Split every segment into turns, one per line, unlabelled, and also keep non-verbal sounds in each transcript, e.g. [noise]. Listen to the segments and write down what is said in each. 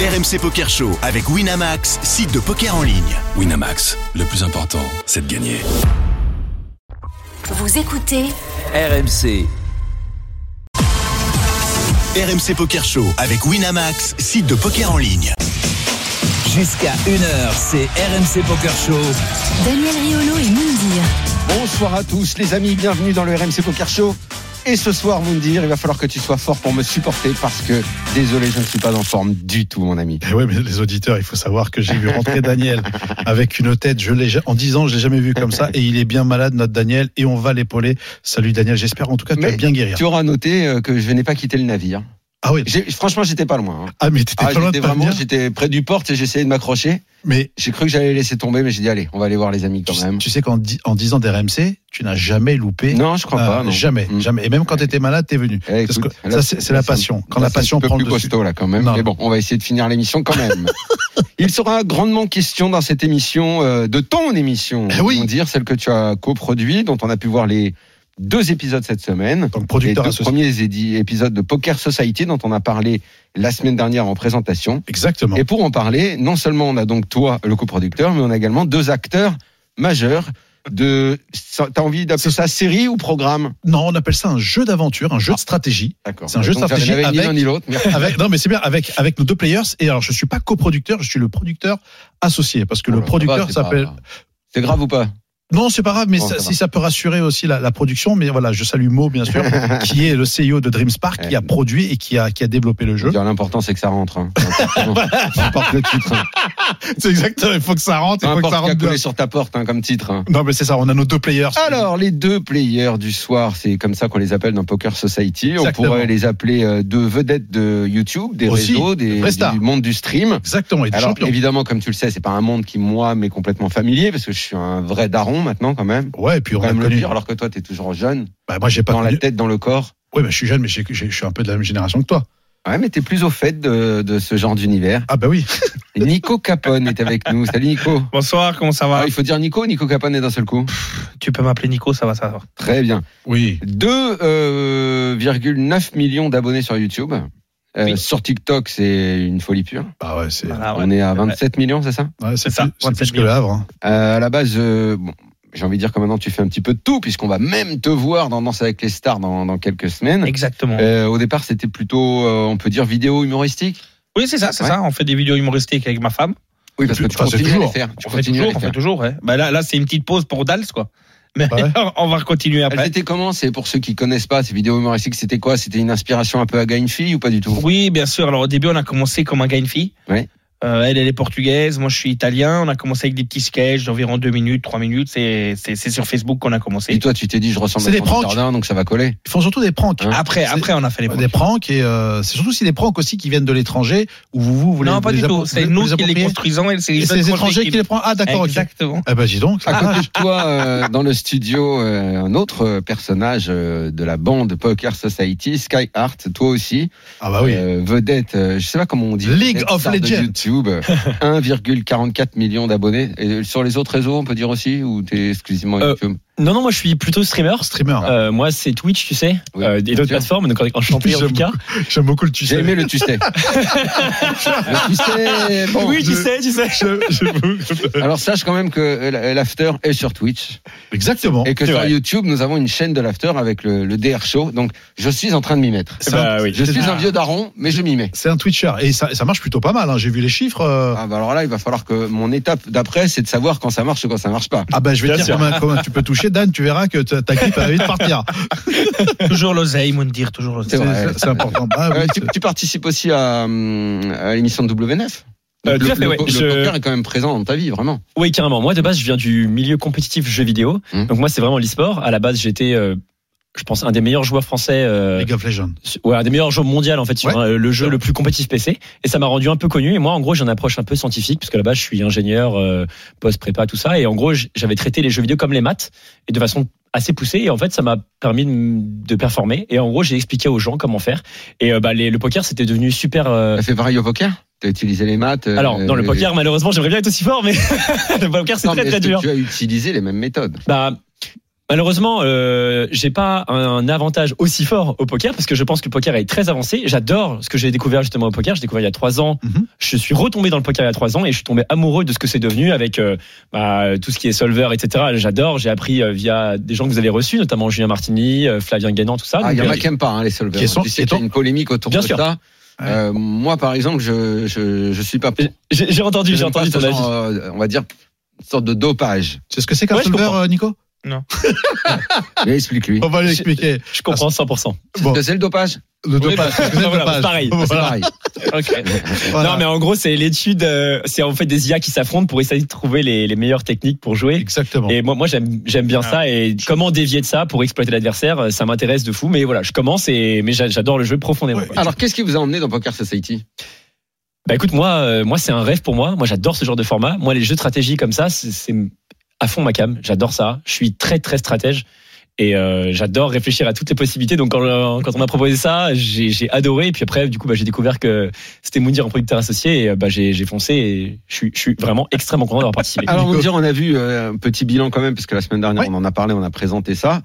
RMC Poker Show avec Winamax, site de poker en ligne.
Winamax, le plus important, c'est de gagner.
Vous écoutez
RMC.
RMC Poker Show avec Winamax, site de poker en ligne.
Jusqu'à 1h, c'est RMC Poker Show.
Daniel Riolo et Moundir.
Bonsoir à tous les amis, bienvenue dans le RMC Poker Show. Et ce soir, Moundir, il va falloir que tu sois fort pour me supporter parce que, désolé, je ne suis pas en forme du tout, mon ami.
Eh ouais, mais les auditeurs, il faut savoir que j'ai vu rentrer Daniel avec une tête. Je l'ai ja- en 10 ans, je l'ai jamais vu comme ça. Et il est bien malade, notre Daniel. Et on va l'épauler. Salut Daniel. J'espère en tout cas que tu
Mais
vas bien guérir.
Tu auras noté euh, que je n'ai pas quitté le navire.
Ah oui.
J'ai- Franchement, j'étais pas loin. hein.
Ah mais t'étais
Ah,
pas loin de
j'étais vraiment,
vraiment.
j'étais près du porte et j'essayais de m'accrocher.
Mais
J'ai cru que j'allais laisser tomber, mais j'ai dit allez, on va aller voir les amis quand
tu,
même.
tu sais qu'en dix- en 10 ans d'RMC, tu n'as jamais loupé.
Non, je crois
Euh,
pas. Non.
jamais,
Mm.
jamais. Et même quand t'étais malade, t'es venu.
Eh,
Parce
écoute,
que
là,
ça, c'est c'est la
là, ça-
passion. Quand
Là,
la
c'est
passion
un petit peu
prend le
plus
dessus.
costaud là quand même.
Non.
Mais bon, on va essayer de finir l'émission quand
[laughs]
même. Il sera grandement question dans cette émission euh, de ton émission,
Eh oui.
on dire celle que tu as coproduite, dont on a pu voir les deux épisodes cette semaine.
Donc
Les deux
producteur associé.
premiers édi- épisodes de Poker Society dont on a parlé la semaine dernière en présentation.
Exactement.
Et pour en parler, non seulement on a donc toi, le coproducteur, mais on a également deux acteurs majeurs de. ça- T'as envie d'appeler ça série ou programme
Non, on appelle ça un jeu d'aventure, un jeu de stratégie.
D'accord.
C'est un jeu de
Donc, j'avais
stratégie
ni
avec-
l'un ni l'autre. mais-
Avec, non, mais c'est bien avec avec nos deux players. Et alors, je suis pas coproducteur, je suis le producteur associé parce que
Oh là
le
là,
producteur
c'est pas-
s'appelle. Hein
C'est grave ou pas
Non, c'est pas grave, mais
Bon,
ça-
ça va.
si ça peut rassurer aussi la, la production, mais voilà, je salue Mo bien
[laughs]
sûr, qui est le CEO de Dreamspark, qui a produit et qui a qui a développé le
Je veux
jeu.
dire, L'important, c'est que ça rentre. Hein. Peu importe le titre. hein.
[laughs] C'est exactement. Il faut que ça rentre,
Peu
il faut que
importe
ça
ce qui a
rentre.
collé
bien.
sur ta porte hein, comme titre. hein.
Non, mais c'est ça. On a nos deux players.
Alors, les deux players du soir, c'est comme ça qu'on les appelle dans Poker Society.
Exactement.
On pourrait les appeler euh, de vedettes de YouTube, des
Aussi,
réseaux,
de
des,
vraies stars.
du monde du stream.
exactement. Et des
Alors
champions.
évidemment, comme tu le sais, c'est pas un monde qui moi m'est complètement familier parce que je suis un vrai daron maintenant quand même.
Ouais, et puis on
Quand
a
même le
connu.
dire, alors que toi t'es toujours jeune,
Bah, moi, j'ai pas
dans la
connu.
tête, dans le corps.
Ouais, bah, je suis jeune, mais j'ai- j'ai- je suis un peu de la même génération que toi.
Ouais, mais t'es plus au fait de, de ce genre d'univers.
Ah bah oui.
Et Nico Capone est avec nous. Salut Nico.
Bonsoir, comment ça va
Ah, il faut dire Nico, Nico Capone est d'un seul coup.
Tu peux m'appeler Nico, ça va, ça va.
Très bien.
Oui.
2,9 millions d'abonnés sur YouTube. Euh,
Oui.
Sur TikTok, c'est une folie pure.
Bah ouais, c'est
Voilà, ouais.
On est à 27 millions, c'est ça
ouais, c'est
C'est ça,
plus, c'est plus
27
que le Havre. hein.
Euh, à la base, euh, bon, j'ai envie de dire que maintenant tu fais un petit peu de tout, puisqu'on va même te voir dans Danse avec les stars dans, dans quelques semaines.
Exactement.
Euh, au départ, c'était plutôt, euh, on peut dire, vidéo humoristique.
Oui, c'est ça, c'est
ouais.
ça. On fait des vidéos humoristiques avec ma femme.
Oui, parce que
Tu-
tu
enfin, c'est
continues à les
toujours.
faire. Tu
on fait
continues à
toujours,
les
on fait
faire.
toujours. ouais. Bah là, là c'est une petite pause pour Dals, quoi. Mais
Ouais.
[laughs] on va continuer
Elles
après.
étaient comment C'est pour ceux qui connaissent pas ces vidéos humoristiques, c'était quoi C'était une inspiration un peu à une fille ou pas du tout
Oui, bien sûr. Alors au début, on a commencé comme un gars et une fille.
Ouais.
Euh, elle, elle est portugaise, moi je suis italien. On a commencé avec des petits sketchs d'environ 2 minutes, 3 minutes. C'est c'est- c'est sur Facebook qu'on a commencé.
Et toi, tu t'es dit, je ressemble
C'est des
à Francis
pranks.
Jardin, donc ça va coller.
Ils font surtout des pranks.
Hein
Après, après, on a fait les
Des pranks et euh, c'est surtout si des pranks aussi qui viennent de l'étranger où vous vous voulez
Non, pas
vous
du
les
tout.
appro-
C'est
vous
nous
les
qui les
approprier.
construisons et c'est
Et
les
c'est les
autres
étrangers qui les prennent. Ah d'accord. ok.
Exactement.
Ah bah dis donc. ça
À côté
marche.
de toi, euh, dans le studio, euh, un autre personnage euh, de la bande Poker Society, Sky Art, toi aussi,
Ah bah oui.
euh, vedette, euh, je sais pas comment on dit.
League
vedette,
of
star de
Legends. [laughs]
YouTube, euh, 1,44 million d'abonnés. Et sur les autres réseaux, on peut dire aussi, ou t'es exclusivement
Euh,
YouTube
Non, non, moi je suis plutôt streamer.
Streamer.
Euh, moi c'est Twitch, tu sais,
Oui,
euh,
bien
et d'autres
sûr.
plateformes, donc en chanter en
J'aime
tout cas.
J'aime beaucoup le tu
J'ai
sais.
aimé le
[laughs]
tu sais. le tu sais, bon.
[laughs] oui, tu
je-
sais, tu sais.
J'aime- j'aime beaucoup.
Alors sache quand même que euh, la- l'after est sur Twitch
Exactement.
et que
c'est
sur
vrai.
YouTube nous avons une chaîne de l'after avec le, le DR show. Donc je suis en train de m'y mettre.
C'est
Bah oui.
Je suis un vieux daron, mais je m'y mets.
C'est un Twitcher et ça, ça marche plutôt pas mal. hein. J'ai vu les chiffres. euh.
Ah bah alors là, il va falloir que mon étape d'après, c'est de savoir quand ça marche ou quand ça marche pas.
Ah bah je vais
Bien
te dire
sûr.
comment, comment tu peux toucher Dan. Tu verras que ta, ta clip a envie de partir.
Toujours l'oseille, Moundir, toujours l'oseille.
C'est vrai.
C'est important. Ah oui,
Euh, tu,
c'est-
tu participes aussi à, hum, à l'émission de W9
Euh,
le,
tout à fait,
le
ouais.
po- le
Je-
poker est quand même présent dans ta vie, vraiment.
Oui, carrément. Moi de base, je viens du milieu compétitif jeux vidéo.
Mhm.
Donc moi c'est vraiment l'e-sport. À la base, j'étais, euh, je pense, un des meilleurs joueurs français, euh,
League of Legends.
su- ouais, un des meilleurs joueurs mondial en fait sur
Ouais.
un- le jeu le plus compétitif PC. Et ça m'a rendu un peu connu. Et moi, en gros, j'ai une approche un peu scientifique parce que là-bas, je suis ingénieur, euh, post-prépa, tout ça. Et en gros, j- j'avais traité les jeux vidéo comme les maths et de façon assez poussée. Et en fait, ça m'a permis de, m- de performer. Et en gros, j'ai expliqué aux gens comment faire. Et euh, bah, les- le poker, c'était devenu super. euh,
T'as fait pareil au poker T'as utilisé les maths euh,
Alors, dans le
les-
poker, malheureusement, j'aimerais bien être aussi fort, mais [laughs] le poker, c'est
Non,
très,
mais
très
est-ce que
dur.
Tu as utilisé les mêmes méthodes.
Bah, Malheureusement, euh, j'ai pas un, un avantage aussi fort au poker parce que je pense que le poker est très avancé. J'adore ce que j'ai découvert justement au poker. J'ai découvert il y a trois ans.
Mhm.
Je suis retombé dans le poker il y a trois ans et je suis tombé amoureux de ce que c'est devenu avec euh, bah, tout ce qui est solver, etc. J'adore. J'ai appris euh, via des gens que vous avez reçus, notamment Julien Martini, euh, Flavien Guénan, tout ça.
Ah, il y
Donc,
en
euh,
a qui n'aiment pas hein, les solvers.
Qui sont-
tu sais
qui
qu'il y a
sont-
une polémique autour
Bien
de
sûr.
ça. Euh, moi, par exemple, je je, je suis pas. pour.
j'ai j'ai entendu, j'ai
J'aime
entendu
pas
ton
ce
avis.
genre, euh, on va dire une sorte de dopage.
Tu sais ce que c'est qu'un
Ouais, je
solver,
comprends.
euh, Nico
Mais Explique-lui.
On va l'expliquer.
Je
euh,
comprends 100%.
Oh, Bon.
C'est le dopage. Ah,
Le
Oui, bah,
dopage. ce que c'est le
voilà,
dopage.
pareil.
C'est
Voilà.
pareil.
Ok.
Voilà.
Non, mais en gros, c'est l'étude. euh, c'est en fait des IA qui s'affrontent pour essayer de trouver les, les meilleures techniques pour jouer.
Exactement.
Et moi, moi j'aime j'aime bien ça. Et comment dévier de ça pour exploiter l'adversaire, euh, ça m'intéresse de fou. Mais voilà, je commence et mais j'a- j'adore le jeu profondément.
Ouais.
quoi.
Alors, qu'est-ce qui vous a emmené dans Poker Society
Bah écoute, moi, euh, moi c'est un rêve pour moi. Moi, j'adore ce genre de format. Moi, les jeux de stratégie comme ça, c'est- c'est à fond ma cam. J'adore ça. Je suis très très stratège et euh, j'adore réfléchir à toutes les possibilités. Donc quand, euh, quand on m'a proposé ça, j'ai j'ai adoré. Et puis après, du coup, bah, j'ai découvert que c'était Moundir en producteur associé et euh, bah, j'ai j'ai foncé. Et je suis je suis vraiment extrêmement content d'avoir participé.
Alors, on dire, on a vu euh, un petit bilan quand même, parce que la semaine dernière,
Oui.
on en a parlé, on a présenté ça.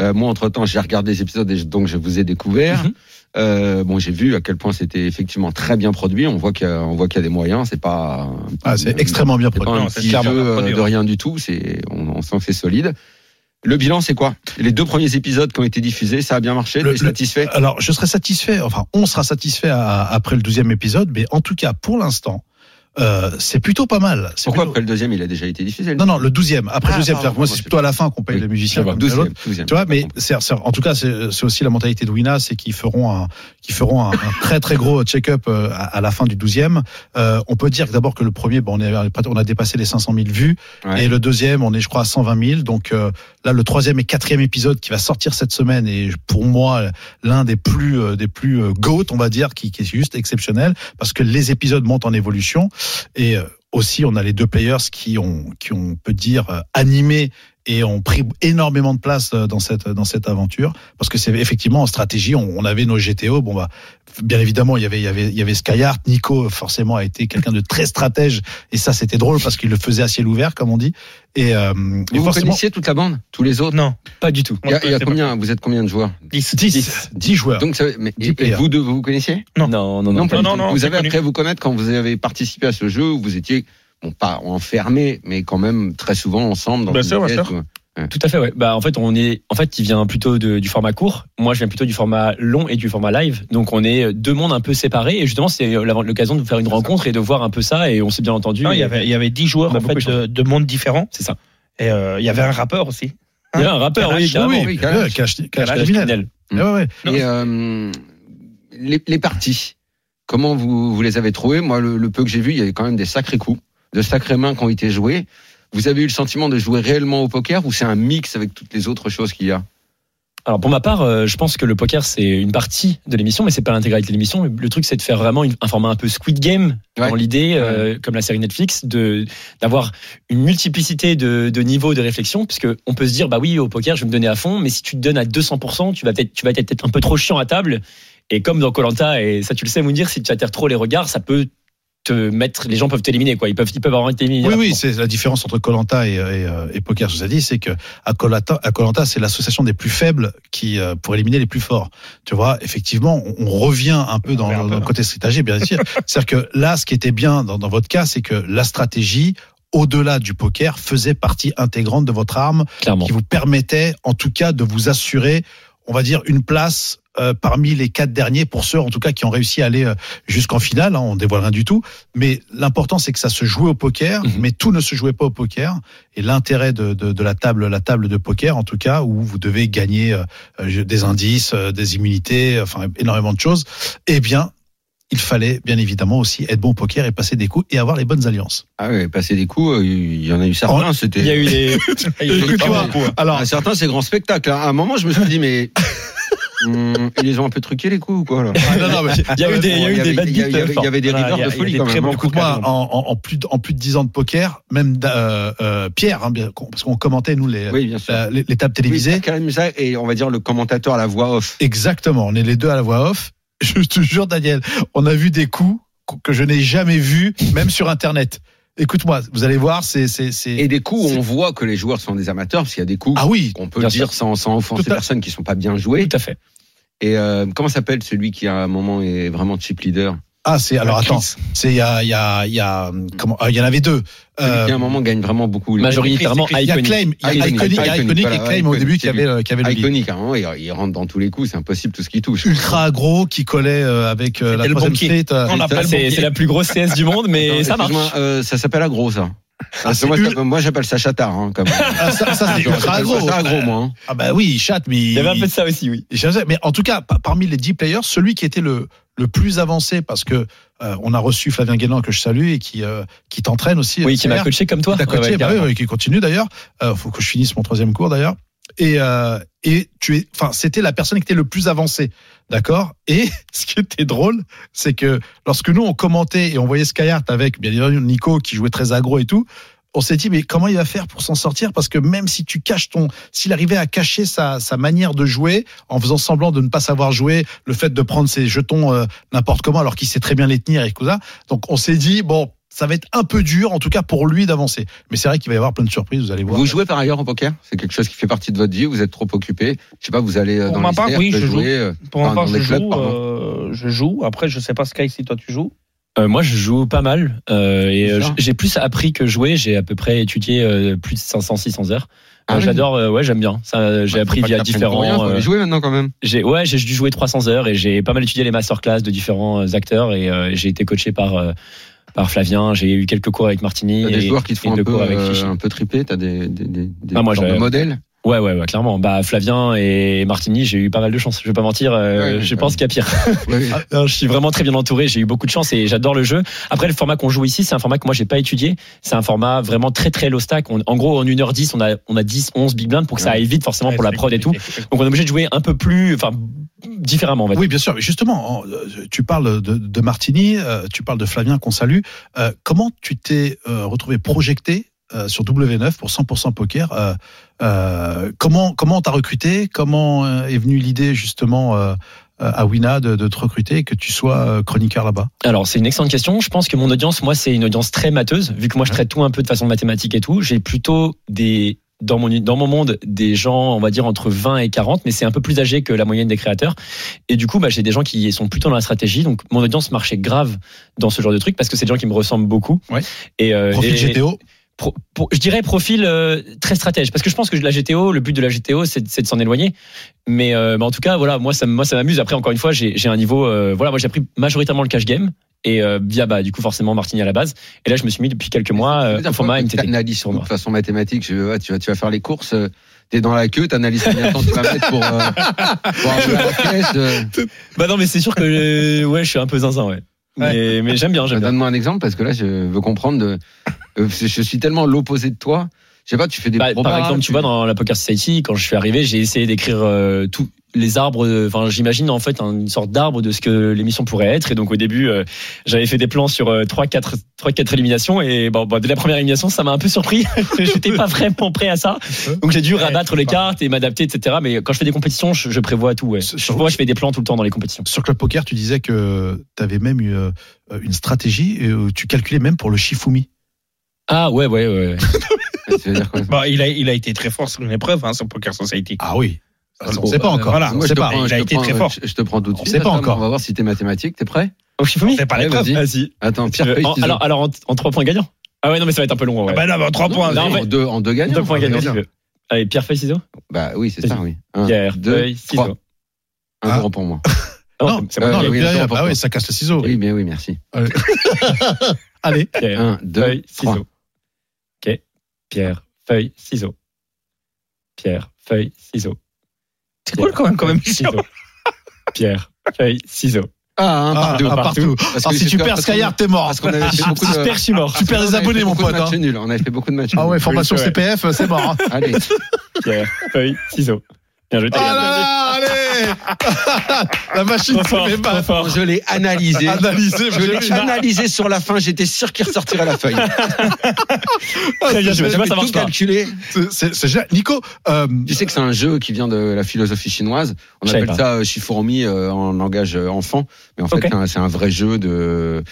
Euh, moi, entre-temps, j'ai regardé les épisodes, et donc je vous ai découvert.
Mhm.
Euh, bon, j'ai vu à quel point c'était effectivement très bien produit. On voit qu'il y, a- on voit qu'il y a des moyens. C'est pas.
Ah, c'est extrêmement bien
C'est
produit.
pas un
Non,
petit
c'est clairement
jeu,
pas
euh,
produit,
de
ouais.
rien du tout. C'est, on, on sent que c'est solide. Le bilan, c'est quoi Les deux premiers épisodes qui ont été diffusés, ça a bien marché.
Le-
T'es
le- euh,
satisfait
Alors, je serai satisfait, enfin, on sera satisfait à- après le 12e épisode, mais en tout cas, pour l'instant, euh, c'est plutôt pas mal. C'est
Pourquoi
plutôt-
après le deuxième, il a déjà été diffusé
Non, non, le 12e. Après
Ah,
le 12e,
pardon,
c'est-à-dire que moi,
moi,
c'est
je-
plutôt à la fin qu'on paye
Oui, Ah bah,
les musiciens. comme les autres.
12e, 12e.
Tu vois, mais c'est- c'est- en tout cas, c'est- c'est aussi la mentalité de Wina, c'est qu'ils feront un, qu'ils feront un, un très très gros check-up euh, à, à la fin du 12e. Euh, on peut dire que d'abord que le premier, bon, on, est, on a dépassé les 500 000 vues,
Ouais.
et le deuxième, on est, je crois, à 120 000. Donc euh, là, le troisième et quatrième épisode qui va sortir cette semaine est pour moi l'un des plus euh, des plus euh, goat, on va dire, qui, qui est juste exceptionnel parce que les épisodes montent en évolution et euh, aussi, on a les deux players qui ont, qui ont, on peut dire, euh, animé et ont pris énormément de place euh, dans cette, dans cette aventure. Parce que c'est effectivement en stratégie, on, on avait nos GTO. Bon, bah, bien évidemment, il y avait, il y avait, il y avait Skyhart. Nico, forcément, a été quelqu'un de très stratège. Et ça, c'était drôle parce qu'il le faisait à ciel ouvert, comme on dit. Et, euh, et
Vous
forcément,
connaissiez toute la bande Tous les autres
Non.
Pas du tout.
Il y a, il y a combien Vous êtes combien de joueurs
10.
10, 10 joueurs.
Donc, ça- mais-
Dix
et- et
players.
vous deux, vous vous connaissiez
Non.
Non, non, non.
pas
non,
du
non,
tout.
non,
Vous
c'est
avez
connu.
appris à vous connaître quand vous avez participé à ce jeu où vous étiez, bon, pas enfermés, mais quand même très souvent ensemble. Dans
Bien
une
sûr, bien
pièce,
sûr.
ou-
Tout à fait, ouais. Bah, en fait, on est, en fait, il vient plutôt de- du format court. Moi, je viens plutôt du format long et du format live. Donc, on est deux mondes un peu séparés. Et justement, c'est l'avant- l'occasion de faire une
C'est ça.
rencontre et de voir un peu ça. Et on s'est bien entendu.
Non, il y
Et-
avait, il y avait 10 joueurs
On a
en
beaucoup
fait, de, de mondes différents.
C'est ça.
Et euh, il y avait un rappeur aussi.
Il y avait un rappeur, oui,
Kalash,
carrément.
oui, oui, Kalash.
Ouais, Kalash- Kalash
Kalash
criminel.
criminel.
Mm.
Ouais, ouais.
Non,
Et euh, les, les parties, comment vous, vous les avez trouvées Moi, le, le peu que j'ai vu, il y avait quand même des sacrés coups, de sacrées mains qui ont été jouées. Vous avez eu le sentiment de jouer réellement au poker ou c'est un mix avec toutes les autres choses qu'il y a
Alors pour ma part, euh, je pense que le poker c'est une partie de l'émission, mais c'est pas l'intégralité de l'émission. Le, le truc c'est de faire vraiment une- un format un peu Squid Game
Ouais.
dans l'idée, euh, comme la série Netflix, de d'avoir une multiplicité de, de niveaux de réflexion, puisque on peut se dire bah oui au poker je vais me donner à fond, mais si tu te donnes à 200%, tu vas peut-être tu vas être peut-être un peu trop chiant à table. Et comme dans Colanta et ça tu le sais Mounir, si tu attires trop les regards, ça peut te mettre, les gens peuvent t'éliminer quoi, ils peuvent ils peuvent avoir envie de t'éliminer.
Oui, oui,
rapidement.
c'est la différence entre Colanta et, et, euh, et Poker Society, c'est que à Colanta, à Koh-Lanta, c'est l'association des plus faibles qui euh, pour éliminer les plus forts. Tu vois, effectivement, on, on revient un peu dans,
revient un peu,
dans le
hein.
côté stratégé, bien
[laughs]
sûr. C'est-à-dire que là, ce qui était bien dans, dans votre cas, c'est que la stratégie au-delà du poker faisait partie intégrante de votre arme
clairement.
qui vous permettait en tout cas de vous assurer, on va dire, une place euh, parmi les quatre derniers pour ceux en tout cas qui ont réussi à aller euh, jusqu'en finale. hein, on dévoile rien du tout. Mais l'important c'est que ça se jouait au poker,
Mhm.
mais tout ne se jouait pas au poker. Et l'intérêt de, de- de la table, la table de poker en tout cas, où vous devez gagner euh, euh, des indices, euh, des immunités, enfin énormément de choses. Eh bien, il fallait bien évidemment aussi être bon au poker et passer des coups et avoir les bonnes alliances.
Ah oui, passer des coups, euh, il y en a eu certains, c'était...
Oh, [laughs] Il y a eu des
Écoute-moi, alors
Ah, certains, c'est grand spectacle. hein. À un moment, je me suis dit, mais...
[laughs]
Hum, ils les ont un peu truqués les coups ou quoi là
Ah, non, non, mais-
[laughs] il y a eu des il y a eu
Il y
des
avait-
bad
il y avait- il
beats, euh,
y avait- il y avait des
Voilà,
leaders
il y a-
de
il y a
folie,
des
quand
très
même,
bons
hein.
coups,
Écoute-moi,
carrément.
en, en- en plus de, en plus de 10 ans de poker, même d'a- euh, euh, Pierre, hein, bien qu'on- parce qu'on commentait nous les,
Oui, bien sûr.
Euh,
la- les, les tables télévisées.
Oui, Karim Musa et on va dire le commentateur à la voix off.
Exactement, on est les deux à la voix off. [laughs] Je te jure, Daniel, on a vu des coups qu- que je n'ai jamais vus, même sur Internet. Écoute-moi, vous allez voir, c'est. c'est- c'est-
Et des coups,
C'est-
on voit que les joueurs sont des amateurs, parce qu'il y a des coups
Ah oui,
qu'on peut
bien
dire sans, sans offenser
Tout à-
personnes qui sont pas bien jouées.
Tout à fait.
Et euh, comment s'appelle celui qui à un moment est vraiment chip leader
ah c'est alors attends, c'est il y a il y a il y a comment ah, il y en avait deux.
Celui
Euh,
qui à un moment gagne vraiment beaucoup. Il est
Majoritairement
il y a
iconique.
Claim, il y a
Iconic,
Iconic, il y a
Iconic,
Iconic et
voilà,
Claim au
Iconic,
début qui avait le- qui avait le lead.
Iconique, à un moment, il, il rentre dans tous les coups, c'est impossible tout ce qu'il touche.
ultra gros qui collait euh, avec euh, la
C'était le
troisième
banquier.
street. euh,
On
l'a pas
n'a pas
le
le
C'est c'est la plus grosse CS du monde, mais
Attends,
ça marche.
excuse-moi, euh, ça s'appelle agro, ça. Parce que
c'est
moi,
ul-
j'appelle- moi, j'appelle ça chatard. Hein, comme...
Ah, ça,
[laughs]
ça, c'est
J'appelle ça
ultra gros.
agro, moi. hein.
Ah bah oui, il chatte, mais
Il y avait un peu de
il-
ça aussi, oui.
il chatte. mais en tout cas, pa- parmi les 10 players, celui qui était le le plus avancé parce que euh, on a reçu Flavien Guélan que je salue et qui euh, qui t'entraîne aussi.
Oui,
euh,
qui m'a
Pierre.
coaché comme toi.
Qui t'a coaché,
Ouais, ouais,
bah oui,
carrément.
oui, qui continue d'ailleurs. Euh, faut que je finisse mon troisième cours d'ailleurs. Et euh, et tu es, enfin, c'était la personne qui était le plus avancée, d'accord. Et [laughs] ce qui était drôle, c'est que lorsque nous on commentait et on voyait Skyhart avec bien évidemment Nico qui jouait très agro et tout. On s'est dit mais comment il va faire pour s'en sortir parce que même si tu caches ton s'il arrivait à cacher sa, sa manière de jouer en faisant semblant de ne pas savoir jouer le fait de prendre ses jetons euh, n'importe comment alors qu'il sait très bien les tenir et tout ça donc on s'est dit bon ça va être un peu dur en tout cas pour lui d'avancer mais c'est vrai qu'il va y avoir plein de surprises vous allez voir
Vous jouez par ailleurs au poker C'est quelque chose qui fait partie de votre vie Vous êtes trop occupé Je sais pas, vous allez euh,
Pour
dans
ma
les
part,
cercles
oui, je
jouer, euh,
Pour
Ah,
Enfin,
ma part,
dans
je
les clubs,
joue,
pardon.
euh, je joue. Après, je sais pas Sky si toi tu joues.
Euh, moi, je joue pas mal. euh, et euh,
D'accord.
j'ai plus appris que jouer. J'ai à peu près étudié euh, plus de 500-600 heures.
Ah
Euh,
oui.
J'adore, euh, ouais, j'aime bien. Ça, euh, j'ai
bah,
appris
faut pas
via
que t'apprennes pour
différents.
rien, faut
euh,
les jouer maintenant quand même.
j'ai, ouais, j'ai dû jouer 300 heures et j'ai pas mal étudié les masterclass de différents euh, acteurs et euh, j'ai été coaché par euh, par Flavien. J'ai eu quelques cours avec Martini.
T'as des
et-
joueurs qui te font
deux
un peu,
cours avec
euh,
Clichy.
un peu triper, t'as des, des, des, des
Ah, moi,
sortes de
j'ai- [laughs]
modèles.
Ouais, ouais, ouais, clairement. Bah, Flavien et Martini, j'ai eu pas mal de chance. Je vais pas mentir. euh,
Ouais,
je
ouais. Ah.
pense qu'il y a pire.
Oui.
Non, je suis vraiment très bien entouré, j'ai eu beaucoup de chance et j'adore le jeu. Après, le format qu'on joue ici, c'est un format que moi j'ai pas étudié. C'est un format vraiment très très low stack. On- en gros, en 1h10, on a, on a 10, 11 big blinds pour que ça
Ouais.
aille vite forcément pour la prod et tout.
tout.
Donc on est obligé de jouer un peu plus, enfin, différemment, on va dire.
Oui, bien sûr. Mais justement, en- euh, tu parles de, de Martini, euh, tu parles de Flavien qu'on salue. Euh, comment tu t'es euh, retrouvé projecté euh, sur W9 pour 100% poker euh, euh, Comment comment on t'a recruté Comment euh, est venue l'idée justement euh, euh, à Wina de, de te recruter et que tu sois euh, chroniqueur là-bas
Alors, c'est une excellente question. Je pense que mon audience, moi, c'est une audience très mateuse, vu que moi, je traite tout un peu de façon mathématique et tout. J'ai plutôt des. Dans mon, dans mon monde, des gens, on va dire, entre 20 et 40, mais c'est un peu plus âgé que la moyenne des créateurs. Et du coup, bah, j'ai des gens qui sont plutôt dans la stratégie. Donc, mon audience marchait grave dans ce genre de truc parce que c'est des gens qui me ressemblent beaucoup.
Ouais.
Et, euh,
Profil
et-
GTO
pro- pro- je dirais profil euh, très stratège parce que je pense que la GTO le but de la GTO c'est de- c'est de s'en éloigner mais, euh, mais en tout cas voilà moi ça m- moi ça m'amuse après encore une fois j'ai j'ai un niveau euh, voilà moi j'ai appris majoritairement le cash game et euh, via bah du coup forcément Martini à la base et là je me suis mis depuis quelques mois euh, au format
tu
MTT
analyses
Pour
tout de
moi.
façon mathématique. Je, ouais, tu, vas, tu vas faire les courses, euh, t'es dans la queue, t'analyses combien de temps tu vas mettre pour,
[laughs]
euh, pour arriver à la caisse. euh.
bah non mais c'est sûr que euh, ouais je suis un peu zinzin ouais mais, mais j'aime bien j'aime bien
Donne-moi un exemple parce que là, je veux comprendre. de- euh, je je suis tellement l'opposé de toi. Je sais pas, tu fais des
Bah,
probas,
par exemple, tu vois, dans la Poker Society, quand je suis arrivé, j'ai essayé d'écrire euh, tous les arbres. euh, Enfin, j'imagine en fait un- une sorte d'arbre de ce que l'émission pourrait être. Et donc, au début, euh, j'avais fait des plans sur euh, trois, quatre, trois, quatre éliminations. Et bon, bah, dès la première élimination, ça m'a un peu surpris. [laughs] J'étais pas vraiment prêt à ça. Donc, j'ai dû rabattre les cartes et m'adapter, etc. Mais quand je fais des compétitions, je, je prévois tout. Ouais.
Sur-
Je vois, je fais des plans tout le temps dans les compétitions.
Sur Club Poker, tu disais que tu avais même eu, euh, une stratégie et euh, tu calculais même pour le Shifumi.
Ah ouais, ouais, ouais. [laughs] ouais.
Tu veux dire quoi
Bah, il a, il a été très fort sur une épreuve, hein, sur Poker Society.
Ah oui. [laughs]
Ça,
On
bon,
ne sait pas
euh,
encore.
voilà.
on
Moi, je
sait
te
pas.
prends-
Il a
je te
été
prends-
très fort.
Je, je te prends tout de
On
suite.
sait pas
Attends,
encore.
On va voir si t'es mathématique. T'es prêt
Au Shifumi
C'est pas
Ouais,
l'épreuve.
vas-y.
Vas-y.
Attends,
Tu
Pierre
veux-
feuille,
en-
ciseaux.
alors, alors, en, en trois points gagnants Ah ouais, non, mais ça va être un peu long.
Ah
Ouais.
bah non, bah, 3
Non,
points.
mais
non,
en
mais-
deux, en deux gagnants.
Deux points
en
gagnants,
deux
si tu veux. Allez, pierre, feuille, ciseaux
Bah oui, c'est ça, oui. Un,
Pierre,
deux,
feuille,
trois.
ciseaux.
un
Ah.
zéro pour moi.
Non,
Non,
c'est- c'est
euh,
moi
non,
qui ai
le
oui,
Pierre,
attends,
bah
attends.
ouais, ça casse le ciseau.
Oui, mais oui, merci.
Allez.
Pierre,
Un, deux,
feuille,
trois.
ciseaux. Ok. Pierre, feuille, ciseaux. Pierre, feuille, ciseaux.
C'est cool quand même, quand même.
Ciseaux. Pierre, feuille, ciseaux.
Ah, un
Ah,
partout.
un partout.
Parce
Ah,
que
si tu
parce
perds
qu'on-
Skyhard, t'es mort.
Parce qu'on avait fait beaucoup
Si je perds,
de. Ah,
je suis mort.
Tu perds les
on avait
abonnés,
fait
mon
beaucoup de
pote. hein.
matchs nuls. On avait fait beaucoup de matchs
Ah ouais,
nuls. [laughs]
formation
Ouais.
CPF, c'est mort. hein.
Allez,
Pierre, feuille, ciseaux. Bien joué,
Ah
Tagan.
là là, allez [laughs] La machine
Trop fort,
se fait
trop
battre.
fort.
Je l'ai analysé.
Analysé,
Je l'ai analysé sur la fin. J'étais sûr qu'il ressortirait la feuille.
Très bien joué. Tu vois,
J'ai
ça
tout
marche pas.
calculé.
Ah, c'est- c'est- c'est génial. Nico, euh,
Tu sais que c'est un jeu qui vient de la philosophie chinoise. On
Je savais
appelle
pas.
ça euh, Shiforami euh, en langage euh, enfant. Mais en fait,
Ok.
c'est un- c'est un vrai jeu de,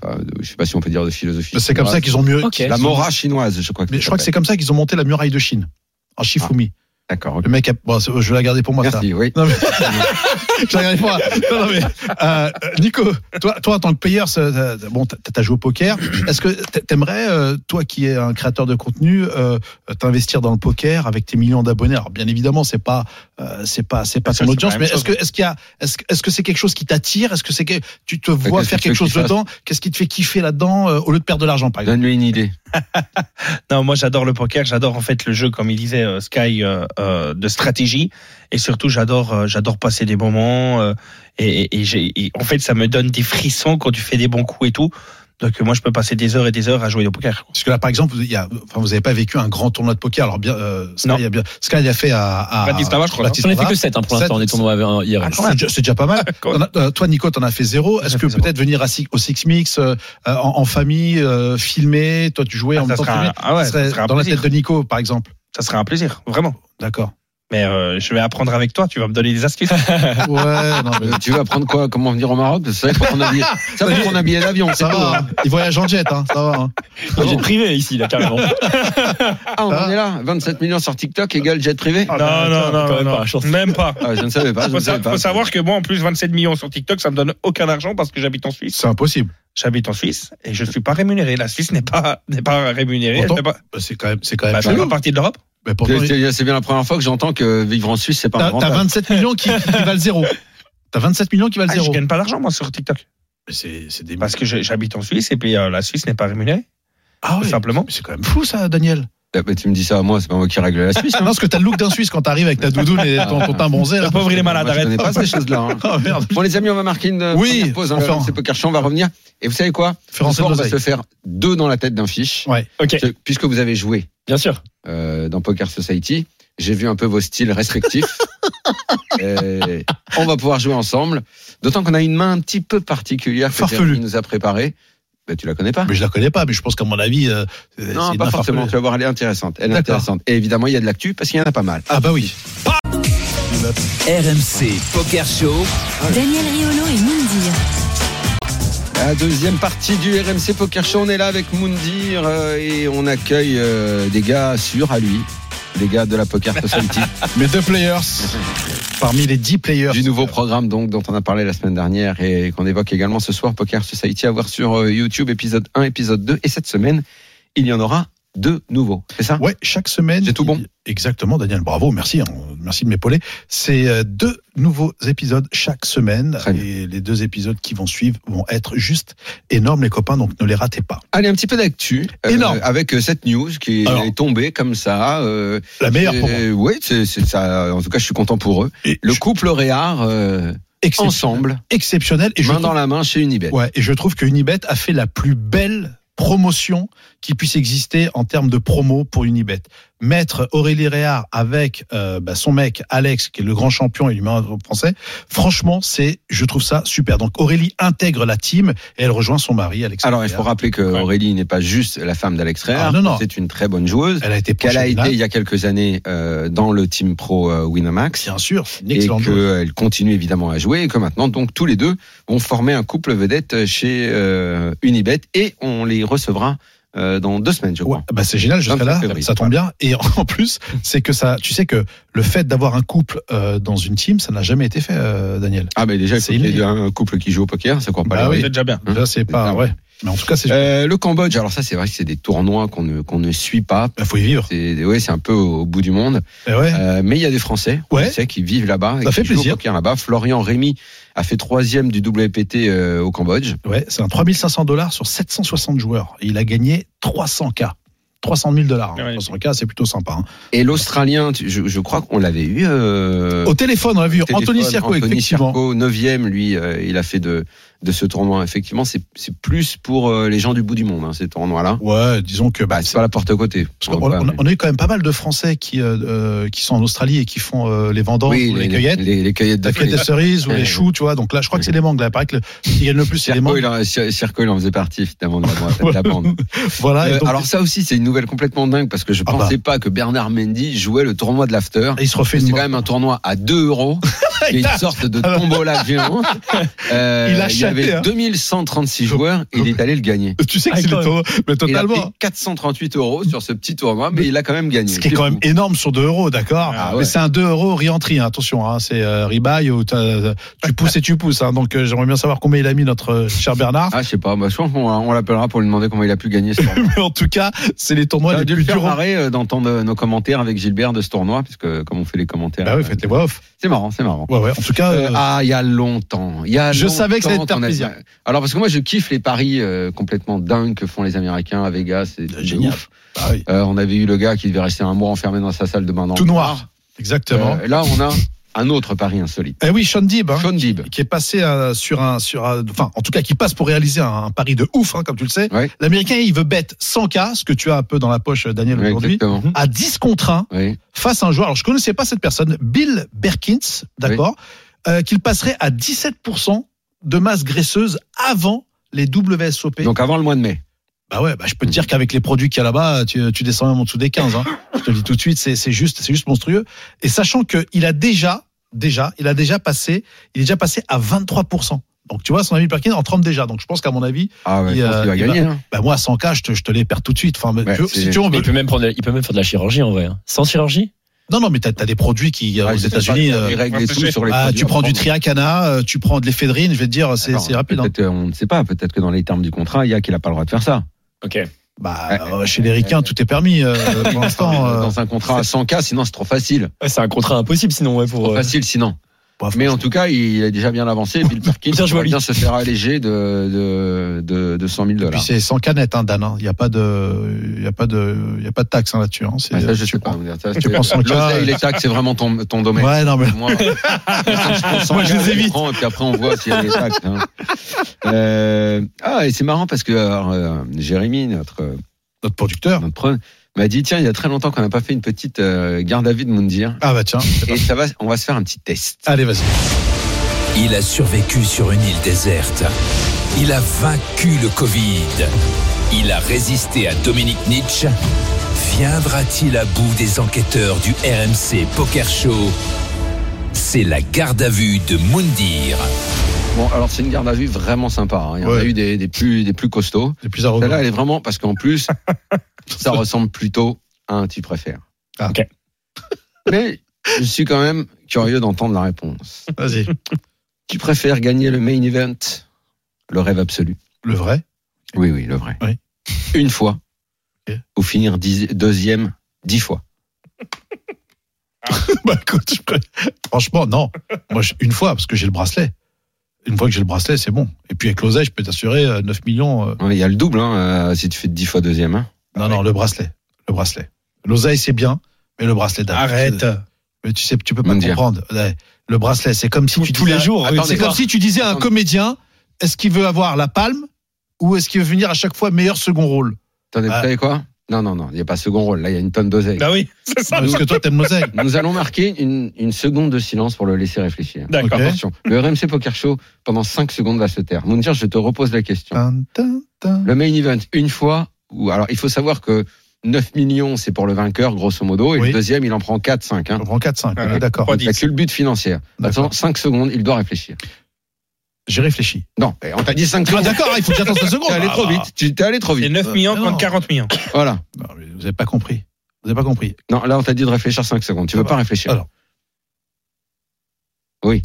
enfin, de- Je sais pas si on peut dire de philosophie.
c'est comme ça
chinoise.
qu'ils ont mieux.
Ok.
La mora chinoise, je crois.
Mais je crois que c'est comme ça qu'ils ont monté la muraille de Chine. En Shifumi.
s'appelle. D'accord. ok.
Le mec, a- bon, c'est- je vais la garder pour moi, ça.
Merci, oui.
Non, mais... [laughs] je la gardais pour moi. Non, non, mais, euh, Nico, toi, toi, en tant que payeur, ça- ça- bon, t'as t'as joué au poker. Est-ce que t'a- t'aimerais, euh, toi qui es un créateur de contenu, euh, t'investir dans le poker avec tes millions d'abonnés Alors, bien évidemment, c'est pas, euh, c'est pas, c'est pas
Bien sûr,
ton
c'est
audience,
pas la
mais
même
est-ce que, est-ce qu'il y a, est-ce que, est-ce que c'est quelque chose qui t'attire Est-ce que c'est que tu te vois
qu'est-ce
faire
que tu veux
quelque chose
qu'il fasse
dedans Qu'est-ce qui te fait kiffer là-dedans euh, au lieu de perdre de l'argent, par exemple
Donne-lui une idée.
Non, moi j'adore le poker, j'adore en fait le jeu comme il disait euh, Sky euh, euh, de stratégie et surtout j'adore euh, j'adore passer des moments euh, et, et- et j'ai et en fait ça me donne des frissons quand tu fais des bons coups et tout. Donc euh, moi je peux passer des heures et des heures à jouer au poker.
Parce que là, par exemple, vous- il y a, enfin, vous n'avez pas vécu un grand tournoi de poker. Alors, bien, euh, Sky,
Non.
a bien, Sky a fait à, à
Bratislava, je crois, non
On a fait
Bratislava.
que 7 pour l'instant,
Sept.
on est tournoi euh, hier.
Ah, c'est déjà- c'est déjà pas [laughs] mal. T'en as- euh, toi, Nico, t'en as fait zéro. Est-ce
J'ai
que
fait zéro.
peut-être venir à Six- au Six Mix euh, euh, en, en famille, euh, filmer, toi tu jouais
Ah,
en
ça
même temps que
sera un-
filmer,
ah ouais,
ça serait
ça sera un
dans la
plaisir.
tête de Nico, par exemple.
Ça serait un plaisir, vraiment.
[laughs] D'accord.
Mais euh, je vais apprendre avec toi, tu vas me donner des [laughs] astuces.
Ouais, non, mais
Euh, Tu veux apprendre quoi Comment venir au Maroc Ça prend ton billet. Ça prend ton billet d'avion. C'est
ça
tout,
va. [laughs]
hein.
hein. Il voyage en jet, hein, ça va. hein.
J'ai privé ici, là, carrément.
[laughs]
Ah, on en est là. 27 millions sur TikTok égale jet privé.
Ah,
non,
bah,
non,
tiens,
non,
quand même
non,
pas, je pense.
même [laughs] pas.
Ah, je ne savais pas. Je
Faut,
ne
sa-
savais pas.
faut savoir que moi, en plus, 27 millions sur TikTok, ça me donne aucun argent parce que j'habite en Suisse.
C'est impossible.
J'habite en Suisse et je suis pas rémunéré. La Suisse n'est pas [laughs] n'est pas rémunérée.
Pourtant,
elle fait pas,
Bah, C'est quand même, c'est quand même.
bah,
pas
elle fait
mal.
pas partie de l'Europe.
Mais pourtant,
C'est- C'est c'est bien la première fois que j'entends que vivre en Suisse, c'est pas un
t'as
grand
t'as 27 millions qui, qui valent zéro. T'as 27 millions qui valent
Ah, je
zéro.
gagne pas d'argent moi sur TikTop
Mais C'est c'est des.
parce que je- j'habite en Suisse et puis euh, la Suisse n'est pas rémunérée.
Ah
tout
ouais.
simplement.
Mais C'est quand même fou ça, Daniel.
Ah, bah, tu me dis ça à moi, c'est pas moi qui règle la Suisse.
Ah
hein.
Non, parce que t'as le look d'un Suisse quand t'arrives avec ta doudoune et ton, ton teint bronzé. là.
Le pauvre il est malade.
Moi, je connais
arrête.
pas ces choses-là.
[laughs]
hein.
Ah merde.
Bon les amis, on va marquer une euh,
Oui,
première pause.
on fait un-
Hein, c'est Poker Show, on va revenir. Et vous savez quoi
Fais
Ce
rentrer
soir,
de
on va
l'oseille.
se faire deux dans la tête d'un fiche.
Ouais.
Ok,
Parce que- Puisque vous avez joué
bien sûr.
euh, dans Poker Society, j'ai vu un peu vos
[laughs]
styles restrictifs. Euh, on va pouvoir jouer ensemble. D'autant qu'on a une main un petit peu particulière que
Farfelue.
Jérémy nous a préparée. Bah, tu la connais pas
Mais je la connais pas, mais je pense qu'à mon avis, euh, c'est
Non,
c'est
pas
une
forcément. Tu
farfelue.
vas voir, elle est intéressante. Elle est
D'accord.
intéressante. Et évidemment, il y a de l'actu parce qu'il y en a pas mal.
Ah bah oui.
RMC Poker Show.
Daniel Riolo et Moundir.
La deuxième partie du RMC Poker Show, on est là avec Moundir euh, et on accueille euh, des gars sûrs à lui, des gars de la Poker Society,
Mes deux players, parmi les 10 players.
du nouveau programme donc dont on a parlé la semaine dernière et qu'on évoque également ce soir Poker Society à voir sur euh, YouTube épisode 1, épisode 2 et cette semaine, il y en aura deux nouveaux. C'est ça
Ouais, chaque semaine.
C'est tout bon.
Exactement, Daniel. Bravo, merci. hein, Merci de m'épauler. C'est euh, deux nouveaux épisodes chaque semaine.
Très bien.
Et les deux épisodes qui vont suivre vont être juste énormes, les copains, donc ne les ratez pas.
Allez, un petit peu d'actu
Énorme.
avec euh, cette news qui
Alors.
est tombée comme ça. euh,
La meilleure pour moi.
euh, ouais, c'est c'est ça. En tout cas, je suis content pour eux.
Et
Le
je-
couple Réard euh,
exceptionnel.
ensemble,
Exceptionnel. Et je
main
trouve-
dans la main chez Unibet.
Ouais, et je trouve que Unibet a fait la plus belle promotion qui puisse exister en termes de promo pour Unibet. Mettre Aurélie Réard avec euh, bah, son mec Alex, qui est le grand champion et l'humain français, franchement, c'est, je trouve ça super. Donc Aurélie intègre la team et elle rejoint son mari Alex.
Alors, il faut rappeler que
Ouais.
Aurélie n'est pas juste la femme d'Alex Réard.
Ah, non, non.
C'est une très bonne joueuse.
elle a été
Qu'elle
proche
a
du
été
final.
il y a quelques années euh, dans le team pro euh, Winamax.
bien sûr, c'est une
Et
excellente joueuse.
qu'elle continue évidemment à jouer. Et que maintenant, donc, tous les deux vont former un couple vedette chez euh, Unibet. Et on les recevra euh, dans deux semaines, je crois.
Ouais, bah c'est génial, je serai
25
là,
février.
ça tombe bien. Et en [laughs] plus, c'est que ça, tu sais que le fait d'avoir un couple euh, dans une team, ça n'a jamais été fait, euh, Daniel.
Ah, mais déjà, il faut
C'est
qu'il y ait
inédit.
un couple qui joue au poker, ça court pas
Bah
la
oui.
rue.
C'est déjà bien.
Hum.
Là, c'est pas,
Ah.
ouais. Mais en tout cas, c'est,
Euh, le Cambodge, alors ça, c'est vrai que c'est des tournois qu'on ne, qu'on ne suit pas.
bah, faut y vivre.
C'est ouais, c'est un peu au bout du monde.
Eh ouais.
Euh, mais il y a des Français, on
Ouais.
le sait, qui vivent là-bas. et
Ça
qui
fait
jouent au
plaisir.
poker là-bas. Florian Rémy a fait troisième du WPT euh, au Cambodge.
Ouais, c'est un 3500 dollars sur 760 joueurs. Et il a gagné 300 k 300 000 dollars. hein.
Ah
Ouais.
Dans son cas, c'est plutôt sympa. hein.
Et l'Australien, tu- je, je crois qu'on l'avait eu. euh,
Au téléphone, on l'a vu.
au téléphone.
Anthony Circo,
Anthony
effectivement.
Circo, 9e, lui, euh, il a fait de, de ce tournoi. Effectivement, c'est c'est plus pour euh, les gens du bout du monde, hein, ces tournois-là.
Ouais, disons que bah,
Bah, c'est pas la porte à côté.
Parce qu'on- on, on- on a eu quand même pas mal de Français qui, euh, euh, qui sont en Australie et qui font euh, les vendanges
oui,
ou les,
les,
cueillettes,
les- les cueillettes
la
de
cueillette des cerises ou
Ouais.
les choux, tu vois. Donc là, je crois que c'est les mangues. Là, il paraît que le, qui gagne le plus, c'est les
Circo,
mangues.
il en, Cir- Circo, il en faisait partie, finalement, de la,
[laughs]
de la bande.
Voilà. Ah, et
Euh,
donc,
alors, ça aussi, c'est une nouvelle complètement dingue parce que je
Ah bah.
pensais pas que Bernard Mendy jouait le tournoi de l'after.
il se refait
C'est
une Ah
quand même un tournoi à
[laughs]
2 euros. Il y a une sorte de tombola géante. Euh,
bah. Il a
il y avait
chaté, hein.
2136 joueurs et il est allé le gagner.
Tu sais que
Ah,
c'est
quand
des tournois, mais
Il a payé
totalement.
438 euros sur ce petit tournoi, mais il a quand même gagné.
Ce qui est quand même
fou.
énorme sur 2 euros, d'accord
Ah ouais.
Mais c'est un 2 euros rientrée, hein, attention, hein, c'est euh, ribaille où t'as- tu pousses et tu pousses. hein. donc euh, j'aimerais bien savoir combien il a mis notre euh, cher Bernard. [laughs]
Ah, je sais pas, bah, je pense qu'on on l'appellera pour lui demander comment il a pu gagner ce tournoi.
Mais en tout cas, c'est les tournois
J'aurais
les
dû le
plus
faire
durs.
marrer euh, d'entendre nos commentaires avec Gilbert de ce tournoi, parce que comme on fait les commentaires.
Bah oui,
euh,
faites les voix off.
C'est marrant, c'est marrant.
Ouais, ouais. En tout cas,
Euh,
euh,
ah, il y a longtemps. Il y a
Je
longtemps
savais que ça allait te faire
qu'on a- euh,
plaisir.
Alors, parce que moi, je kiffe les paris euh, complètement dingues que font les Américains à Vegas. C'est de
Euh, génial.
ouf.
ah oui,
Euh, on avait eu le gars qui devait rester un mois enfermé dans sa salle de bain dans
tout
le-
noir. Exactement.
Ah. Euh, là, on a un autre pari insolite.
Eh oui, Sean Dib, hein,
Sean Dib.
qui est passé euh, sur un, sur un- enfin, en tout cas, qui passe pour réaliser un, un pari de ouf, hein, comme tu le sais.
Ouais.
L'américain, il veut bet 100K, ce que tu as un peu dans la poche, euh, Daniel,
Oui,
aujourd'hui,
exactement.
à 10 contre 1
Oui.
face à un joueur. Alors, je connaissais pas cette personne, Bill Berkins, d'accord, euh, qu'il passerait à 17% de masse graisseuse avant les WSOP.
Donc avant le mois de mai.
Bah ouais, bah je peux te dire qu'avec les produits qu'il y a là-bas, tu, tu descends même en dessous des 15. Hein. Je te le dis tout de suite, c'est c'est juste, c'est juste monstrueux. Et sachant que il a déjà, déjà, il a déjà passé, il est déjà passé à 23%. Donc tu vois, son ami Perkin en trempe déjà. Donc je pense qu'à mon avis,
Ah ouais,
Et,
je pense
euh,
qu'il va
et
gagner. hein.
bah moi à 100K, je te, je te les perds tout de suite. Enfin,
Ouais,
tu-
c'est-
si tu en
Mais
veux.
il peut même prendre, il peut même faire de la chirurgie en vrai. hein. Sans chirurgie
Non, non, mais t'as as des produits qui, euh,
Ah,
aux
je sais pas,
États-Unis,
les
euh,
règles et
ouais,
tout
c'est-
sur les
bah,
produits,
tu prends
on
du
prend-
Triacana, euh, tu prends de l'éphédrine, je vais te dire, c'est
Attends,
c'est rapide. hein.
peut-être, euh, On ne sait pas. Peut-être que dans les termes du contrat, il y a qu'il n'a pas le droit de faire ça.
Ok.
Bah,
Ouais.
euh, chez les Ricains, tout est permis
[laughs]
euh, pour l'instant. euh.
dans un contrat à 100K, sinon c'est trop facile.
c'est un contrat impossible sinon ouais, pour.
Trop
euh,
facile, sinon.
Bah,
Mais en tout cas, il est déjà bien avancé. Bill Perkins
Bien joué,
va
lui.
bien se faire alléger de, de, de, de 100 000
Puis
dollars.
c'est sans canette, hein, Dan. hein. Il n'y a pas de, il y a pas de, il y a pas de taxe hein, là-dessus. Hein. C'est-
Ah, ça, je
tu
sais pas.
prends.
Ça,
tu
c'est-
prends 100K,
L'oseille,
euh.
les taxes, c'est vraiment ton, ton domaine.
Ouais, non mais
[laughs] Moi,
Moi, je les évite.
prends, et puis après, on voit s'il y a des taxes. hein. Euh, ah, et c'est marrant parce que alors, euh, Jérémy, notre, euh,
notre producteur.
notre preuve, m'a dit tiens, il y a très longtemps qu'on n'a pas fait une petite euh, garde à vue de Moundir.
Ah bah tiens.
Et ça va, on va se faire un petit test.
Allez, vas-y.
Il a survécu sur une île déserte. Il a vaincu le Covid. Il a résisté à Dominique Nietzsche. Viendra-t-il à bout des enquêteurs du RMC Poker Show C'est la garde à vue de Moundir.
Bon, alors c'est une garde à vue vraiment sympa. hein. Il y en a
Ouais. Oh
eu des, des plus, des plus costauds.
C'est plus arrogant.
Celle-là, elle est vraiment parce qu'en plus,
[laughs]
ça ressemble plutôt à un tu préfères.
Ah.
Ok.
Mais je suis quand même curieux d'entendre la réponse.
Vas-y.
Tu préfères gagner le main event, le rêve absolu
Le vrai. [laughs]
Oui, oui, le vrai.
Oui.
Une fois.
Ok.
Ou finir dix- deuxième dix fois.
bah écoute, je pré- franchement, non. Moi, je- une fois, parce que j'ai le bracelet. Une fois que j'ai le bracelet, c'est bon. Et puis avec l'oseille, je peux t'assurer euh, 9 millions. euh,
Ouais, Il y a le double hein, euh, si tu fais dix fois deuxième. hein.
Non, non, le bracelet. Le bracelet. L'oseille, c'est bien, mais le bracelet d'abord.
Arrête.
Mais tu sais, tu peux pas
Mondial.
comprendre. Ouais. Le bracelet, c'est comme si
Tous-
tu
tous
disais-
les jours,
Attends,
oui,
c'est
c'est
comme
ça.
si tu disais à un
Attends.
comédien, est-ce qu'il veut avoir la palme ou est-ce qu'il veut venir à chaque fois meilleur second rôle
T'en es
Ah.
prêt quoi Non, non, non, il n'y a pas second rôle. Là, il y a une tonne d'oseille.
Bah oui, [laughs] c'est ça.
Parce que toi, t'aimes l'oseille.
Nous allons marquer une, une seconde de silence pour le laisser réfléchir.
D'accord.
Ok.
Attention, le RMC Poker Show, pendant 5 secondes, va se taire. Mounir, je te repose la question.
Tin, tin, tin.
Le main event, une fois, ou alors il faut savoir que 9 millions, c'est pour le vainqueur, grosso modo, et
Oui.
le deuxième, il en prend 4-5. Hein.
On prend 4-5,
Ouais.
on est d'accord.
Trois,
Il n'y a
dix.
que le but financier.
D'accord.
Attends, 5 secondes, il doit réfléchir.
J'ai réfléchi.
Non, eh, on t'a dit 5
Ah,
secondes.
d'accord, il faut que j'attende 5 secondes.
[laughs]
T'es allé
Ah,
trop
bah.
vite. Tu t'es allé trop
Et
vite.
9 millions
non.
contre 40 millions.
Voilà.
Non, mais vous avez pas compris. Vous avez pas compris.
Non, là, on t'a dit de réfléchir 5 secondes. Tu veux
Ah
pas
bah.
réfléchir.
Alors.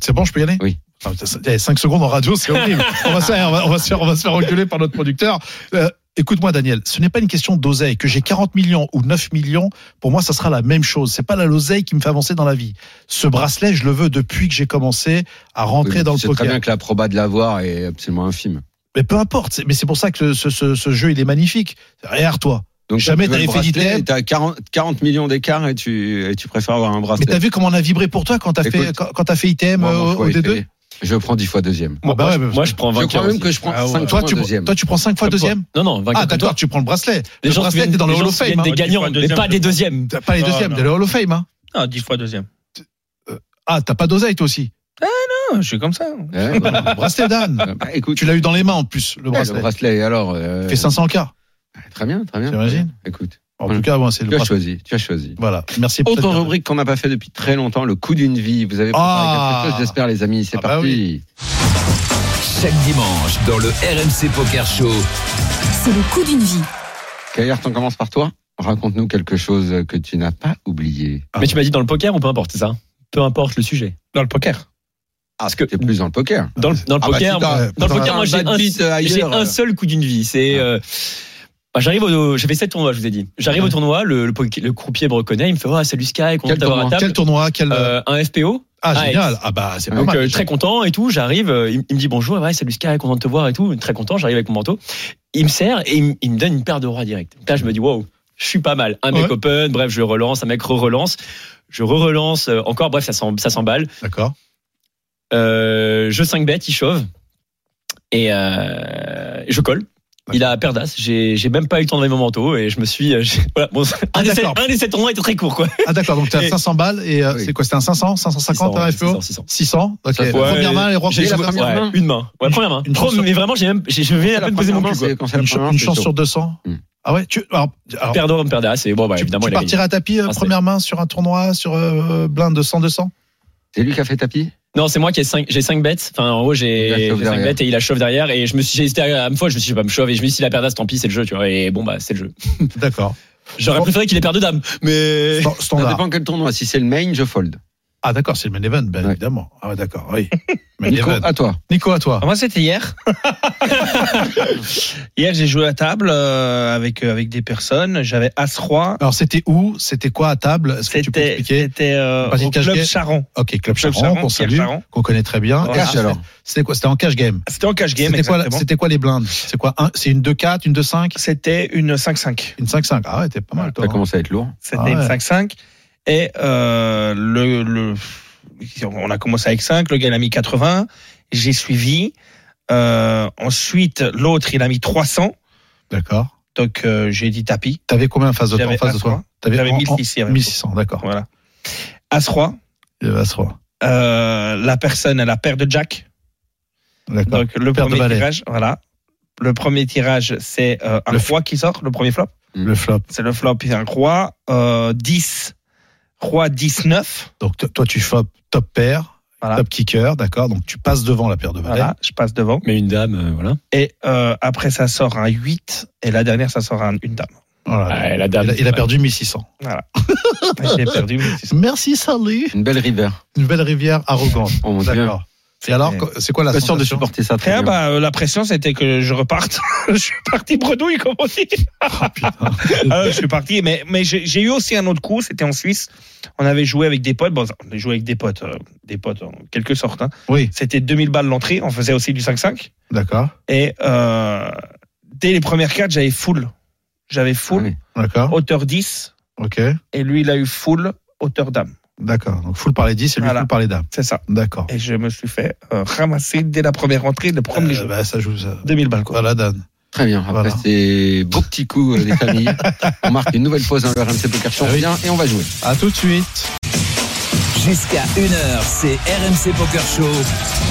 C'est bon, je peux y aller
Oui.
5 eh, secondes en radio, c'est horrible. on, va se faire, on, va, on va se faire, on va se faire engueuler par notre producteur. Euh, Écoute-moi, Daniel, ce n'est pas une question d'oseille. Que j'ai 40 millions ou 9 millions, pour moi, ça sera la même chose. C'est pas la l'oseille qui me fait avancer dans la vie. Ce bracelet, je le veux depuis que j'ai commencé à rentrer
Oui,
dans le
c'est très
poker.
bien que la proba de l'avoir est absolument infime.
Mais peu importe. c'est- Mais c'est pour ça que ce, ce- ce jeu, il est magnifique. Regarde-toi.
Donc,
Jamais
tu veux
t'avais
le
fait
bracelet
d'Italie.
et T'as 40, 40 millions d'écart et tu, et tu préfères avoir un
Mais
bracelet.
t'as vu comment on a vibré pour toi quand t'as
Écoute.
fait, quand, quand t'as fait ITM
Moi, mon
euh,
choix
au
était-
D2
Je prends 10 fois deuxième.
Moi,
Ah bah ouais,
je-
bah,
moi, je prends
Je
24.
crois même
aussi.
que je prends
Ah ouais.
5
Toi,
fois
tu,
deuxième.
toi, tu prends 5 fois deuxième
Non, non, 24
Ah,
comme
d'accord,
toi.
tu prends le bracelet. le
Les gens qui
bracelet,
viennent
t'es dans le
les
Hall
gens
of
qui
Fame.
viennent
hein.
des
Ah, tu
gagnants,
prends
mais
deuxième,
pas
je
des
crois.
deuxièmes.
T'as pas les
Non,
deuxièmes,
non.
t'es le Hall of Fame. hein.
Non, dix fois deuxième.
Ah, t'as pas d'oseille, toi aussi.
Non, Ah, je suis comme ça.
Ouais, bah,
[laughs] Le bracelet d'âne.
bah, écoute,
Tu l'as eu dans les mains en plus, le
ouais, le
bracelet.
bracelet, alors. euh,
Il fait 500K.
Très bien, très bien.
J'imagine.
Écoute,
En
Voilà.
tout cas, bon, c'est le
tu as
bracelet.
choisi, tu as choisi.
Voilà. Merci pour
Autre
cette carte.
rubrique qu'on n'a pas fait depuis très longtemps, le coup d'une vie. Vous avez préparé
Ah.
quelque chose, j'espère, les amis. C'est
Ah bah
parti.
Chaque dimanche dans le RMC Poker Show,
C'est le coup d'une vie.
Kayert, on commence par toi. Raconte-nous quelque chose que tu n'as pas oublié.
Mais tu m'as dit dans le poker ou peu importe, c'est ça Peu importe le sujet.
Dans le poker.
Parce que
T'es plus dans le poker.
dans le, dans le
Ah bah,
poker,
si t'as-
moi- dans le
t'as
poker,
un
moi j'ai
bad
un,
beat, euh,
j'ai
ailleurs.
un seul coup d'une vie. C'est euh, bah, j'arrive au, j'ai fait sept tournois, je vous ai dit. J'arrive au tournoi, le, le, poke- le croupier me reconnaît, il me fait oh, salut Sky, content
Quel
de t'avoir à
tournoi
Quel
table.
tournoi quel...
Euh, un FPO,
Ah,
ah,
génial. Ah, bah, c'est pas
donc euh,
mal.
très content et tout. J'arrive, euh, il, il me dit bonjour, ouais salut Sky, content de te voir et tout, très content. J'arrive avec mon manteau, il me sert et il, me- il me donne une paire de rois direct. Là je me dis wow, je suis pas mal. Un mec
Ouais.
open, bref je relance, un mec re-relance, je re-relance euh, encore, bref ça s'em- ça s'emballe.
D'accord.
Euh, je 5 bêtes, il shove. Et euh, je colle. Il a perdas. J'ai j'ai même pas eu le temps d'enlever mon manteau et je me suis. euh, [laughs] j'ai- voilà, bon,
Ah,
un, des sept,
d'accord.
un des sept tournois était très court, quoi.
Ah, d'accord. Donc, t'as
Et-
500 balles et euh,
Oui.
c'est quoi C'était un 500 550 un FPO
600, 600.
600. Ok.
Ça, ouais.
Première main, les rois
J'ai
J'ai
la
courbes.
première
ouais,
main
Une main. Ouais, première main.
Une
Pro-
chance sur-
mais vraiment, j'ai même, j'ai- je viens à peine poser mon cul, quoi.
Quand c'est la
Une, ch-
première main,
une
c'est
chance
chaud.
sur 200.
Hmm.
Ah ouais, tu alors, alors,
Perdant, perdas. Et bon, bah,
tu,
évidemment,
tu
il a gagné.
partirais à tapis euh,
Ah, c'est-
première main sur un tournoi sur euh, blind de 100 200.
C'est lui qui a fait tapis
Non, c'est moi qui ai 5, j'ai 5 bêtes. Enfin, en gros,
Il a
j'ai
shove
5
derrière.
bêtes et il a shove derrière. Et je me suis, j'ai hésité à me fois, je me suis dit, je vais pas me shove. Et je me suis dit, s'il a perdas, tant pis, c'est le jeu, tu vois. Et bon, bah, c'est le jeu.
D'accord.
J'aurais
Bon.
préféré qu'il ait perdu dame. Mais.
Stan-
Ça
Standard.
dépend quel tournoi. Si c'est le main, je fold.
Ah d'accord, c'est le main event, ben,
Ouais.
évidemment. Ah ouais, d'accord,
[laughs]
oui. Main
Nico,
event.
à toi.
Nico, à toi.
Ah, Moi, c'était hier. [laughs] hier, j'ai joué à table euh, avec, euh, avec des personnes. J'avais As-Roi.
Alors c'était où C'était quoi à table Est-ce que tu peux
C'était
expliquer
c'était, euh,
Vas-y,
au
cache
Club
game.
Charon.
Ok, Club
Club
Charon,
Charon,
qu'on
Pierre
salue,
Charon.
qu'on connaît très bien.
Voilà.
Et
Cash, alors.
C'était quoi C'était en cash game.
C'était en cash game,
C'était quoi, la-
exactement.
c'était quoi les blindes C'est quoi un- C'est une 2-4, une 2-5,
C'était une 5-5.
une 5-5 Ah ouais, t'es pas mal toi.
Ça commence à être lourd.
C'était
Ah ouais.
une 5-5. Et euh, le, le, on a commencé avec 5, le gars il a mis 80, j'ai suivi. Euh, ensuite, l'autre, il a mis
hein.
300.
D'accord.
Donc, euh, j'ai dit tapis.
T'avais combien en face de toi
J'avais
En face de toi
As-Roi.
T'avais
J'avais
en- en-
1600.
1600, d'accord.
Voilà. As-Roi.
Le As-Roi.
Euh, la personne, elle a paire de jack.
D'accord.
Donc, le
Paire de
premier
balais.
tirage, voilà. Le premier tirage, c'est euh, un
Le
roi qui sort, le premier flop.
Le flop.
C'est le flop, c'est un roi. Euh, 10, roi 19.
Donc to- toi, tu fais top pair,
Voilà.
top kicker, d'accord. Donc tu passes devant la paire de valets.
Voilà, je passe devant.
Mais une dame, euh, voilà.
Et euh, après, ça sort un 8. Et la dernière, ça sort un-
[laughs]
une dame.
Voilà.
Ouais, la dame.
il, a, il a perdu 1600.
J'ai perdu. mais c'est ça.
Merci, salut.
Une belle river.
Une belle rivière arrogante.
Oh mon dieu.
D'accord. Et alors, co- c'est quoi la
Pas sûr de
sensation
supporter ça.
Après,
Très bien.
bah, euh, la pression, c'était que je reparte. [laughs] je suis parti bredouille, comme on dit.
Ah,
[laughs]
putain.
Alors, je suis parti, mais, mais j'ai j'ai eu aussi un autre coup, c'était en Suisse. On avait joué avec des potes, bon, on a joué avec des potes, euh, des potes en quelque sorte. hein.
Oui,
C'était 2000 balles l'entrée, on faisait aussi du 5-5.
d'accord,
Et euh, dès les premières cartes, j'avais full. J'avais full,
Ah
Ouais.
d'accord,
hauteur 10,
ok,
et lui, il a eu full, hauteur dame.
d'accord. Donc full par les 10 et lui
Voilà.
full par les dames.
C'est ça.
D'accord.
Et je me suis fait euh, ramasser dès la première entrée, le premier
Euh,
jeu.
bah, ça joue ça.
2000 balles, quoi.
Voilà, Dan.
Très bien. Après
Voilà.
ces beaux petits coups euh,
[laughs]
des familles, on marque une nouvelle pause dans le RMC Poker Show.
Ah
On
oui.
revient et on va jouer.
À tout de suite.
jusqu'à 1h, c'est RMC Poker Show.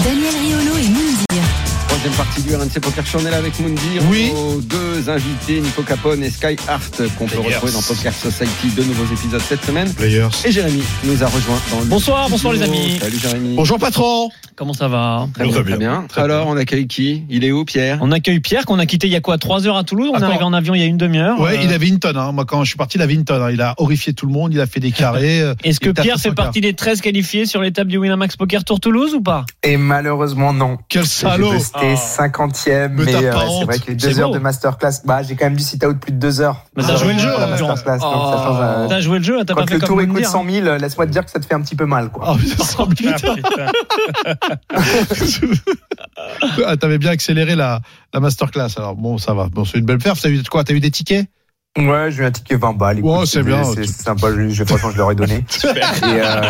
Daniel Riolo et Moundir.
Troisième partie du RMC Poker Show, on est là avec Moundir.
Oui.
Nos deux invités, Nico Capone et Sky Hart, qu'on peut
Players.
retrouver dans Poker Society. Deux nouveaux épisodes cette semaine.
Players.
Et Jérémy nous a rejoint dans le.
Bonsoir, bonsoir les
studio.
amis.
Salut Jérémy.
Bonjour, patron.
Comment ça va
Très bien,
Très
très bien.
Très
Alors, on accueille qui Il est où, Pierre
On accueille Pierre qu'on a quitté il y a quoi 3 heures à Toulouse On
Attends.
est arrivé en avion il y a une demi-heure.
Ouais,
Euh,
il avait une tonne. hein. Moi, quand je suis parti, il avait une tonne. hein. Il a horrifié tout le monde. Il a fait des carrés. euh,
Est-ce
il
que
était à
Pierre fait
500K.
partie des 13 qualifiés sur l'étape du Winamax Poker Tour Toulouse ou pas
Et malheureusement, non.
Quel salaud.
J'ai resté
Oh.
50e,
Mais
mais,
t'as
euh,
pas honte.
c'est vrai que les
C'est
deux heures
beau.
de masterclass, bah, j'ai quand même du sit out plus de deux heures.
Mais
t'as
Euh,
joué le
pour
jeu,
la
euh,
masterclass, donc
Oh.
ça change, euh,
T'as joué le jeu, t'as pas
Quand
fait
le
comme hein.
tour
nous
écoute
dire.
100 000, laisse-moi te dire que ça te fait un petit peu mal, quoi.
Ah, [laughs] putain, ça me
Ah, putain.
Ah, T'avais bien accéléré la, la masterclass. Alors bon, ça va. Bon, c'est une belle perf. T'as eu quoi T'as eu des tickets
Ouais, j'ai eu un ticket 20 balles.
Oh,
écoute,
c'est bien.
C'est c'est sympa, je, je, franchement, je leur
[laughs]
ai donné. Et, euh,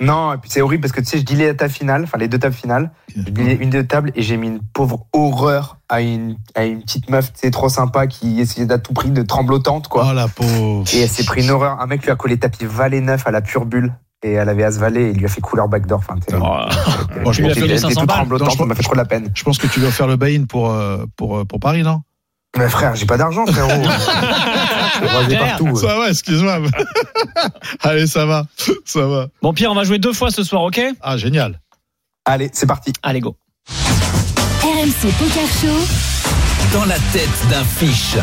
non, et puis c'est horrible parce que tu sais, je dis les tables finales, enfin les deux tables finales. Je dis une des tables et j'ai mis une pauvre horreur à une, à une petite meuf, tu sais, trop sympa qui essayait d'à tout prix de tremblotante, quoi.
Oh la pauvre.
Et elle s'est pris une horreur. Un mec lui a collé tapis valet neuf à la pure bulle. Et elle avait as valet et il lui a fait couleur backdoor. Enfin, tu sais,
Oh. Bon, Ah, je,
elle
pense,
était-
fait
elle
les
était
500
toute
balles.
tremblotante,
Non, je-
ça m'a fait trop de la peine.
je pense que tu dois faire le buy-in pour, euh, pour, euh, pour Paris, non
Mais frère, j'ai pas d'argent,
[laughs]
frérot. je suis rasé partout.
Ça va, excuse-moi. [laughs] Allez, ça va. Ça va.
Bon, Pierre, on va jouer deux fois ce soir, ok
Ah, génial.
Allez, c'est parti.
Allez, go.
RMC Poker Show,
Dans la tête d'un fiche.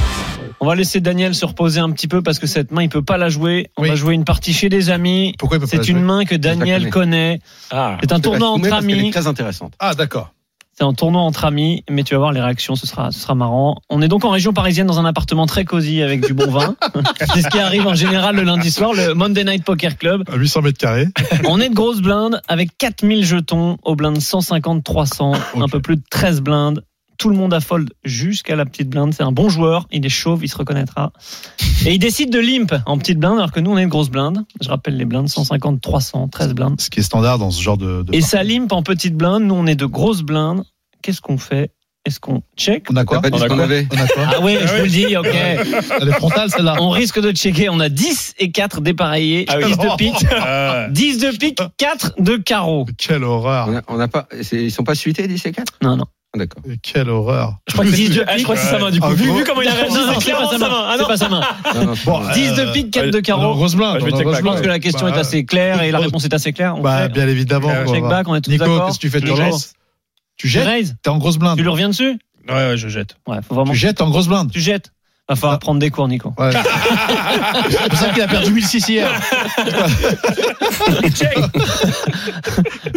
On va laisser Daniel se reposer un petit peu parce que cette main, il peut pas la jouer. On
Oui.
va jouer une partie chez des amis.
Pourquoi il peut pas la
C'est
jouer
une main que Daniel
la
connaît.
Ah.
C'est un
Je te la
tournoi
soumets
entre
parce qu'elle est
amis.
très intéressante.
Ah, d'accord.
C'est un tournoi entre amis, mais tu vas voir les réactions, ce sera, ce sera marrant. On est donc en région parisienne dans un appartement très cosy avec du bon vin. [laughs] C'est ce qui arrive en général le lundi soir, le Monday Night Poker Club.
À 800 Euh, mètres carrés.
On est de grosses blindes avec 4000 jetons aux blindes 150, 300, un
Ok.
peu plus de 13 blindes. Tout le monde a fold jusqu'à la petite blinde. C'est un bon joueur. Il est chauve, il se reconnaîtra. Et il décide de limp en petite blinde, alors que nous, on est de grosses blindes. Je rappelle les blindes 150, 300, 13 blindes.
Ce qui est standard dans ce genre de. de-
Et ça limpe en petite blinde. Nous, on est de grosses blindes. Qu'est-ce qu'on fait Est-ce qu'on check
On a quoi
T'as pas dit
On
ce
a
qu'on
quoi
avait
On a quoi
[laughs] Ah oui, je vous le dis, ok.
Elle est frontale, celle-là.
On risque de checker. On a 10 et 4 dépareillés,
Ah
10
[laughs]
de pique, 10 de pique, 4 de carreau.
Quelle horreur.
On a- On n'a pas. c'est- Ils sont pas suités, 10 et 4
Non, non.
D'accord.
Quelle horreur.
Je crois que 10 de pique.
Ah, je crois que c'est sa main du coup.
Ah,
vu,
gros.
vu comment il a réagi,
Non, non,
c'est
c'est pas
clairement
sa
sa main.
main.
Ah
C'est
non.
pas sa main.
Non, non, c'est-
Bon, euh,
10 de pique, 4 de carreau.
dans Rose Blanc,
Ah, je vais
dans
check
Rose
back.
Je pense
Blanc.
que la question
Bah,
est assez claire et la
Rose-
réponse est assez claire. On
Bah,
fait
bien évidemment.
un
quoi.
check back, on est tous
Nico,
d'accord.
qu'est-ce que tu fais de
Je
ton
jette.
lance Tu
Tu
jettes
raises
T'es en grosse blinde.
Tu le reviens dessus
Ouais, ouais, je jette.
Ouais, faut vraiment.
Tu jettes en grosse blinde.
Tu jettes. Va falloir
Ah.
prendre des cours, Nico. [laughs]
Ouais. C'est pour ça qu'il a perdu 1006 hier.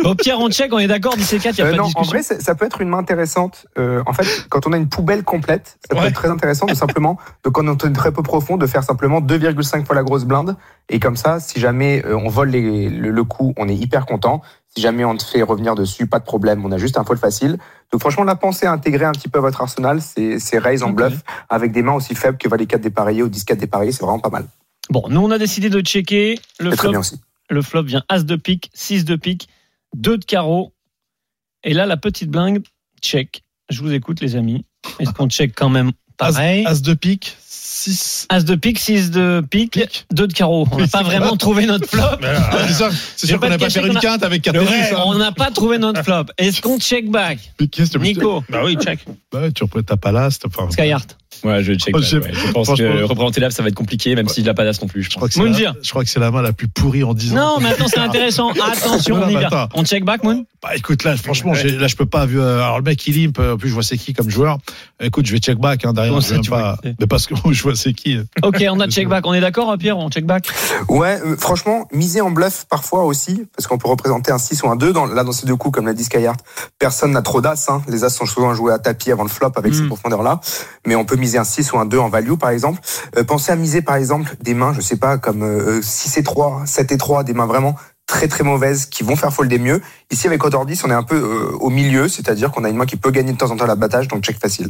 Bon, Pierre, on check, on est d'accord, 10 et 4, il n'y
Euh,
a pas de
non, en
discussion.
vrai, c'est- ça peut être une main intéressante. Euh, en fait, quand on a une poubelle complète, ça peut
Ouais.
être très intéressant de simplement, de quand on est très peu profond, de faire simplement 2,5 fois la grosse blinde. Et comme ça, si jamais euh, on vole les- le, le coup, on est hyper content. Si jamais on te fait revenir dessus, pas de problème, on a juste un fold facile. Donc franchement, la pensée à intégrer un petit peu à votre arsenal, c'est c'est raise en bluff avec des mains aussi faibles que valet 4 dépareillé ou 10 4 dépareillé, c'est vraiment pas mal.
Bon, nous, on a décidé de checker. Le
C'est très
flop,
bien aussi.
le flop vient As de pique, 6 de pique, 2 de carreau. Et là, la petite blingue, check. Je vous écoute, les amis. Est-ce qu'on check quand même pareil
As de pique, 6.
As de pique, 6 de pique, 2 de carreau. On n'a pas vraiment trouvé
[laughs]
notre flop.
C'est sûr, c'est
J'ai
sûr
pas
qu'on n'a
de
pas
cachet,
perdu
qu'on
une
a-
quinte avec 4
Le
piques,
vrai,
hein.
on n'a pas trouvé notre flop. Est-ce qu'on check back
Mais qu'est-ce que-
Nico,
Bah oui, check.
Bah, tu reprends ta palace. Enfin, je
Skyhart.
Ouais, je vais check.
Oh,
back,
j'ai-
ouais. Je pense
franchement-
que représenter l'âme, ça va être compliqué, même s'il a pas d'as non plus. Je pense.
crois que c'est la-
Moundir.
je crois que c'est la main la plus pourrie en 10 ans.
Non, mais attends, c'est intéressant. Attention,
Non,
on y
mais
va.
attends.
On check back, Moon
Bah écoute, là, franchement, j'ai- là, je peux pas. vu- euh, Alors, le mec, il limpe. En plus, je vois c'est qui comme joueur. Écoute, je vais check back. Hein, derrière,
Comment
je
ça,
vais
tu vois
pas.
qui c'est
Mais parce que [laughs] je vois c'est qui.
Ok, on a check back. On est d'accord, Pierre On check back
Ouais, euh, franchement, miser en bluff parfois aussi, parce qu'on peut représenter un 6 ou un 2. Dans, là, dans ces deux coups, comme l'a dit Skyhart, personne n'a trop d'as. hein. Les as sont souvent joués à tapis avant le flop avec
Mm.
ces profondeurs-là. Mais on peut miser un 6 ou un 2 en value, par exemple. Euh, pensez à miser, par exemple, des mains, je sais pas, comme euh, 6 et 3, 7 et 3, des mains vraiment très très mauvaises qui vont faire folder mieux. Ici, avec Odor 10, on est un peu euh, au milieu, c'est-à-dire qu'on a une main qui peut gagner de temps en temps l'abattage, donc check facile.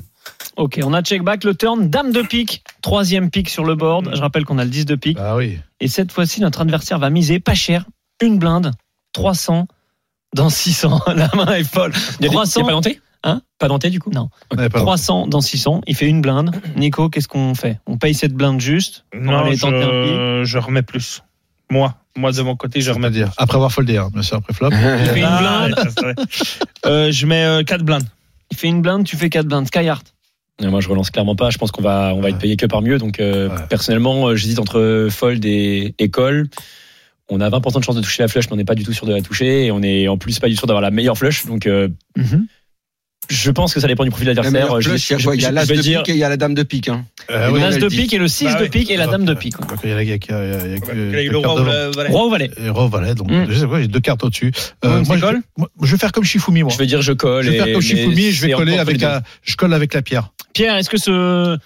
Ok, on a check back. Le turn, dame de pique. Troisième pique sur le board. Je rappelle qu'on a le 10 de pique.
Ah oui.
Et cette fois-ci, notre adversaire va miser pas cher. Une blinde, 300 dans 600. [laughs] La main est folle.
Il y a des- il y a
300.
pas denté
Hein
Pas denté du coup
Non.
Ouais, pardon.
300 dans 600. Il fait une blinde. Nico, qu'est-ce qu'on fait On paye cette blinde juste
Non,
aller tenter un
je... je remets plus. Moi, moi de mon côté, je remets
dire. Après avoir foldé, hein, bien sûr, après flop.
Il fait une
Ah,
blinde.
ouais, ça, c'est vrai. Euh, je mets 4 blindes.
Il fait une blinde, tu fais 4 blindes. Skyhart.
Et Moi, je relance clairement pas. Je pense qu'on va, on va être payé que par mieux. Donc, euh,
Ouais.
personnellement, euh, j'hésite entre fold et école. On a 20% de chance de toucher la flush, mais on n'est pas du tout sûr de la toucher. Et on est en plus pas du tout sûr d'avoir la meilleure flush. Donc, euh,
Mhm.
je pense que ça dépend du profil de
[laughs] La meilleure
l'adversaire. Je,
flush, il y a
je-
quoi
euh,
Il y a
je-
l'as
je vais
de
dire-
pique et il y a la dame de pique. hein.
Euh,
ouais.
L'as de
le dix.
pique et le 6
Bah
de
ouais.
pique et la dame de pique. ouais.
Donc, il y a la- il y a que- il y a que- il y a que
le
Euh, quatre
roi,
devant.
le- euh, voilà.
Roi ou valet
Et Roi valet, donc
Mm.
je sais quoi, j'ai deux cartes au-dessus. Euh,
Donc,
moi,
tu
je,
colles
moi, je vais faire comme Shifumi, moi.
Je vais dire je colle.
Je vais faire
et-
comme Shifumi,
mais
je vais
c'est
coller
encore
avec
entre les
la, je colle avec la pierre.
Pierre, est-ce que ce.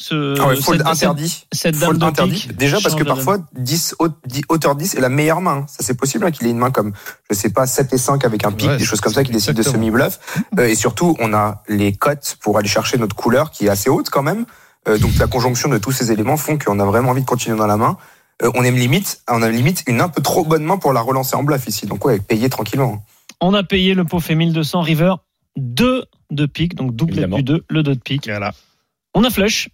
ce
Ah ouais, fold
cette-
interdit.
cette
Faut
dame
le
de
interdit.
pique.
Déjà parce
Change
que
la
parfois 10 haute- 10 hauteur 10 est la meilleure main. Ça c'est possible hein, qu'il ait une main comme je sais pas 7 et 5 avec un pic,
Ouais,
des choses comme ça qui décide de Euh,
exactement.
semi bluff et surtout on a les cotes pour aller chercher notre couleur qui est assez haute quand même. Euh, donc la conjonction de tous ces éléments font qu'on a vraiment envie de continuer dans la main. Euh, on aime limite, on a limite une un peu trop bonne main pour la relancer en bluff ici. Donc ouais, payer
Ah,
tranquillement.
On a payé le pot fait 1200 river 2 de pique, donc double
Évidemment.
du 2, le 2 de pique.
Voilà.
On a flush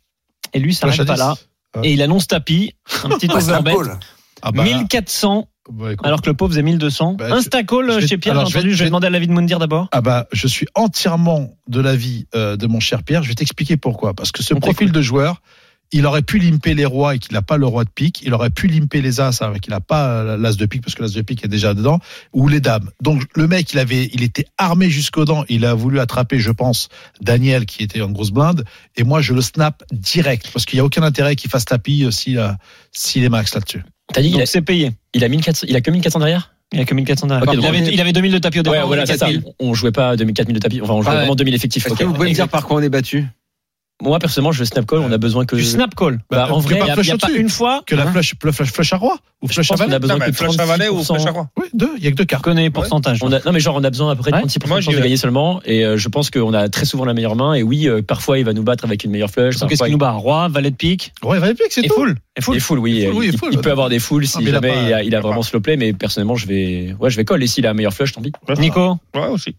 et lui ça
Flush
s'arrête
à
pas là
10. Ah.
et il annonce tapis, un petit
Ouais, c'est un
overbet,
call.
Ah bah,
1400
bah, écoute.
alors que le pot faisait 1200.
Bah, je- je
Instacall
vais-
chez Pierre, j'ai
alors, je vais-
entendu, je
je
vais
vais-
demander à l'avis de Moundir d'abord.
Ah bah, je suis entièrement de l'avis euh, de mon cher Pierre. Je vais t'expliquer pourquoi. Parce que ce
On
profil de joueur, il aurait pu limper les rois et qu'il n'a pas le roi de pique. Il aurait pu limper les as avec qu'il n'a pas euh, l'as de pique parce que l'as de pique est déjà dedans. Ou les dames. Donc le mec, il avait, il était armé jusqu'aux dents. Il a voulu attraper, je pense, Daniel qui était en grosse blinde. Et moi, je le snap direct parce qu'il n'y a aucun intérêt qu'il fasse tapis euh, si, euh, s'il est max là-dessus.
T'as dit, il a,
Donc c'est payé.
il, a 1400 il a que 1400 derrière
Il a que 1400 derrière.
Ok,
il,
donc-
avait, il avait 2000 de tapis au départ.
Ouais, voilà, c'est ça.
4000.
On jouait pas 2000-4000 de tapis. Enfin, on jouait
Ah ouais.
vraiment 2000 effectifs.
Est-ce
ok.
que vous pouvez me dire par quoi on est battu
Moi, personnellement, je snap call. On a besoin que.
Du snap call.
Bah, en
Que
vrai,
par
il y a-
flush
il y a pas
au-dessus.
Une fois,
Que la flush, le flush, flush à roi ou
Je
flush à
pense qu'on
valet.
a besoin que
Ah, bah, Flash à Valet ou Flash à
36%.
Roi
Oui, deux. Il y a que deux cartes.
je connais les pourcentages.
On a- non mais genre on a besoin à peu près de
Ouais.
36%
Moi,
de
j'y
chance de
vais.
gagner seulement et euh, je pense qu'on a très souvent la meilleure main et oui euh, parfois il va nous battre avec une meilleure flush
Donc, Qu'est-ce
parfois,
qu'il nous bat Roi, valet de pique.
Ouais, valet de pique, c'est
Et
tout.
full.
Et
il
full.
est full oui,
Il est full, oui,
il,
il est full.
il peut avoir des foules si
mais il a
jamais
pas-
il a, il a
il a
vraiment
pas.
slow play mais personnellement je vais ouais je vais call et s'il a la meilleure flush tant pis
Nico.
Ouais, aussi.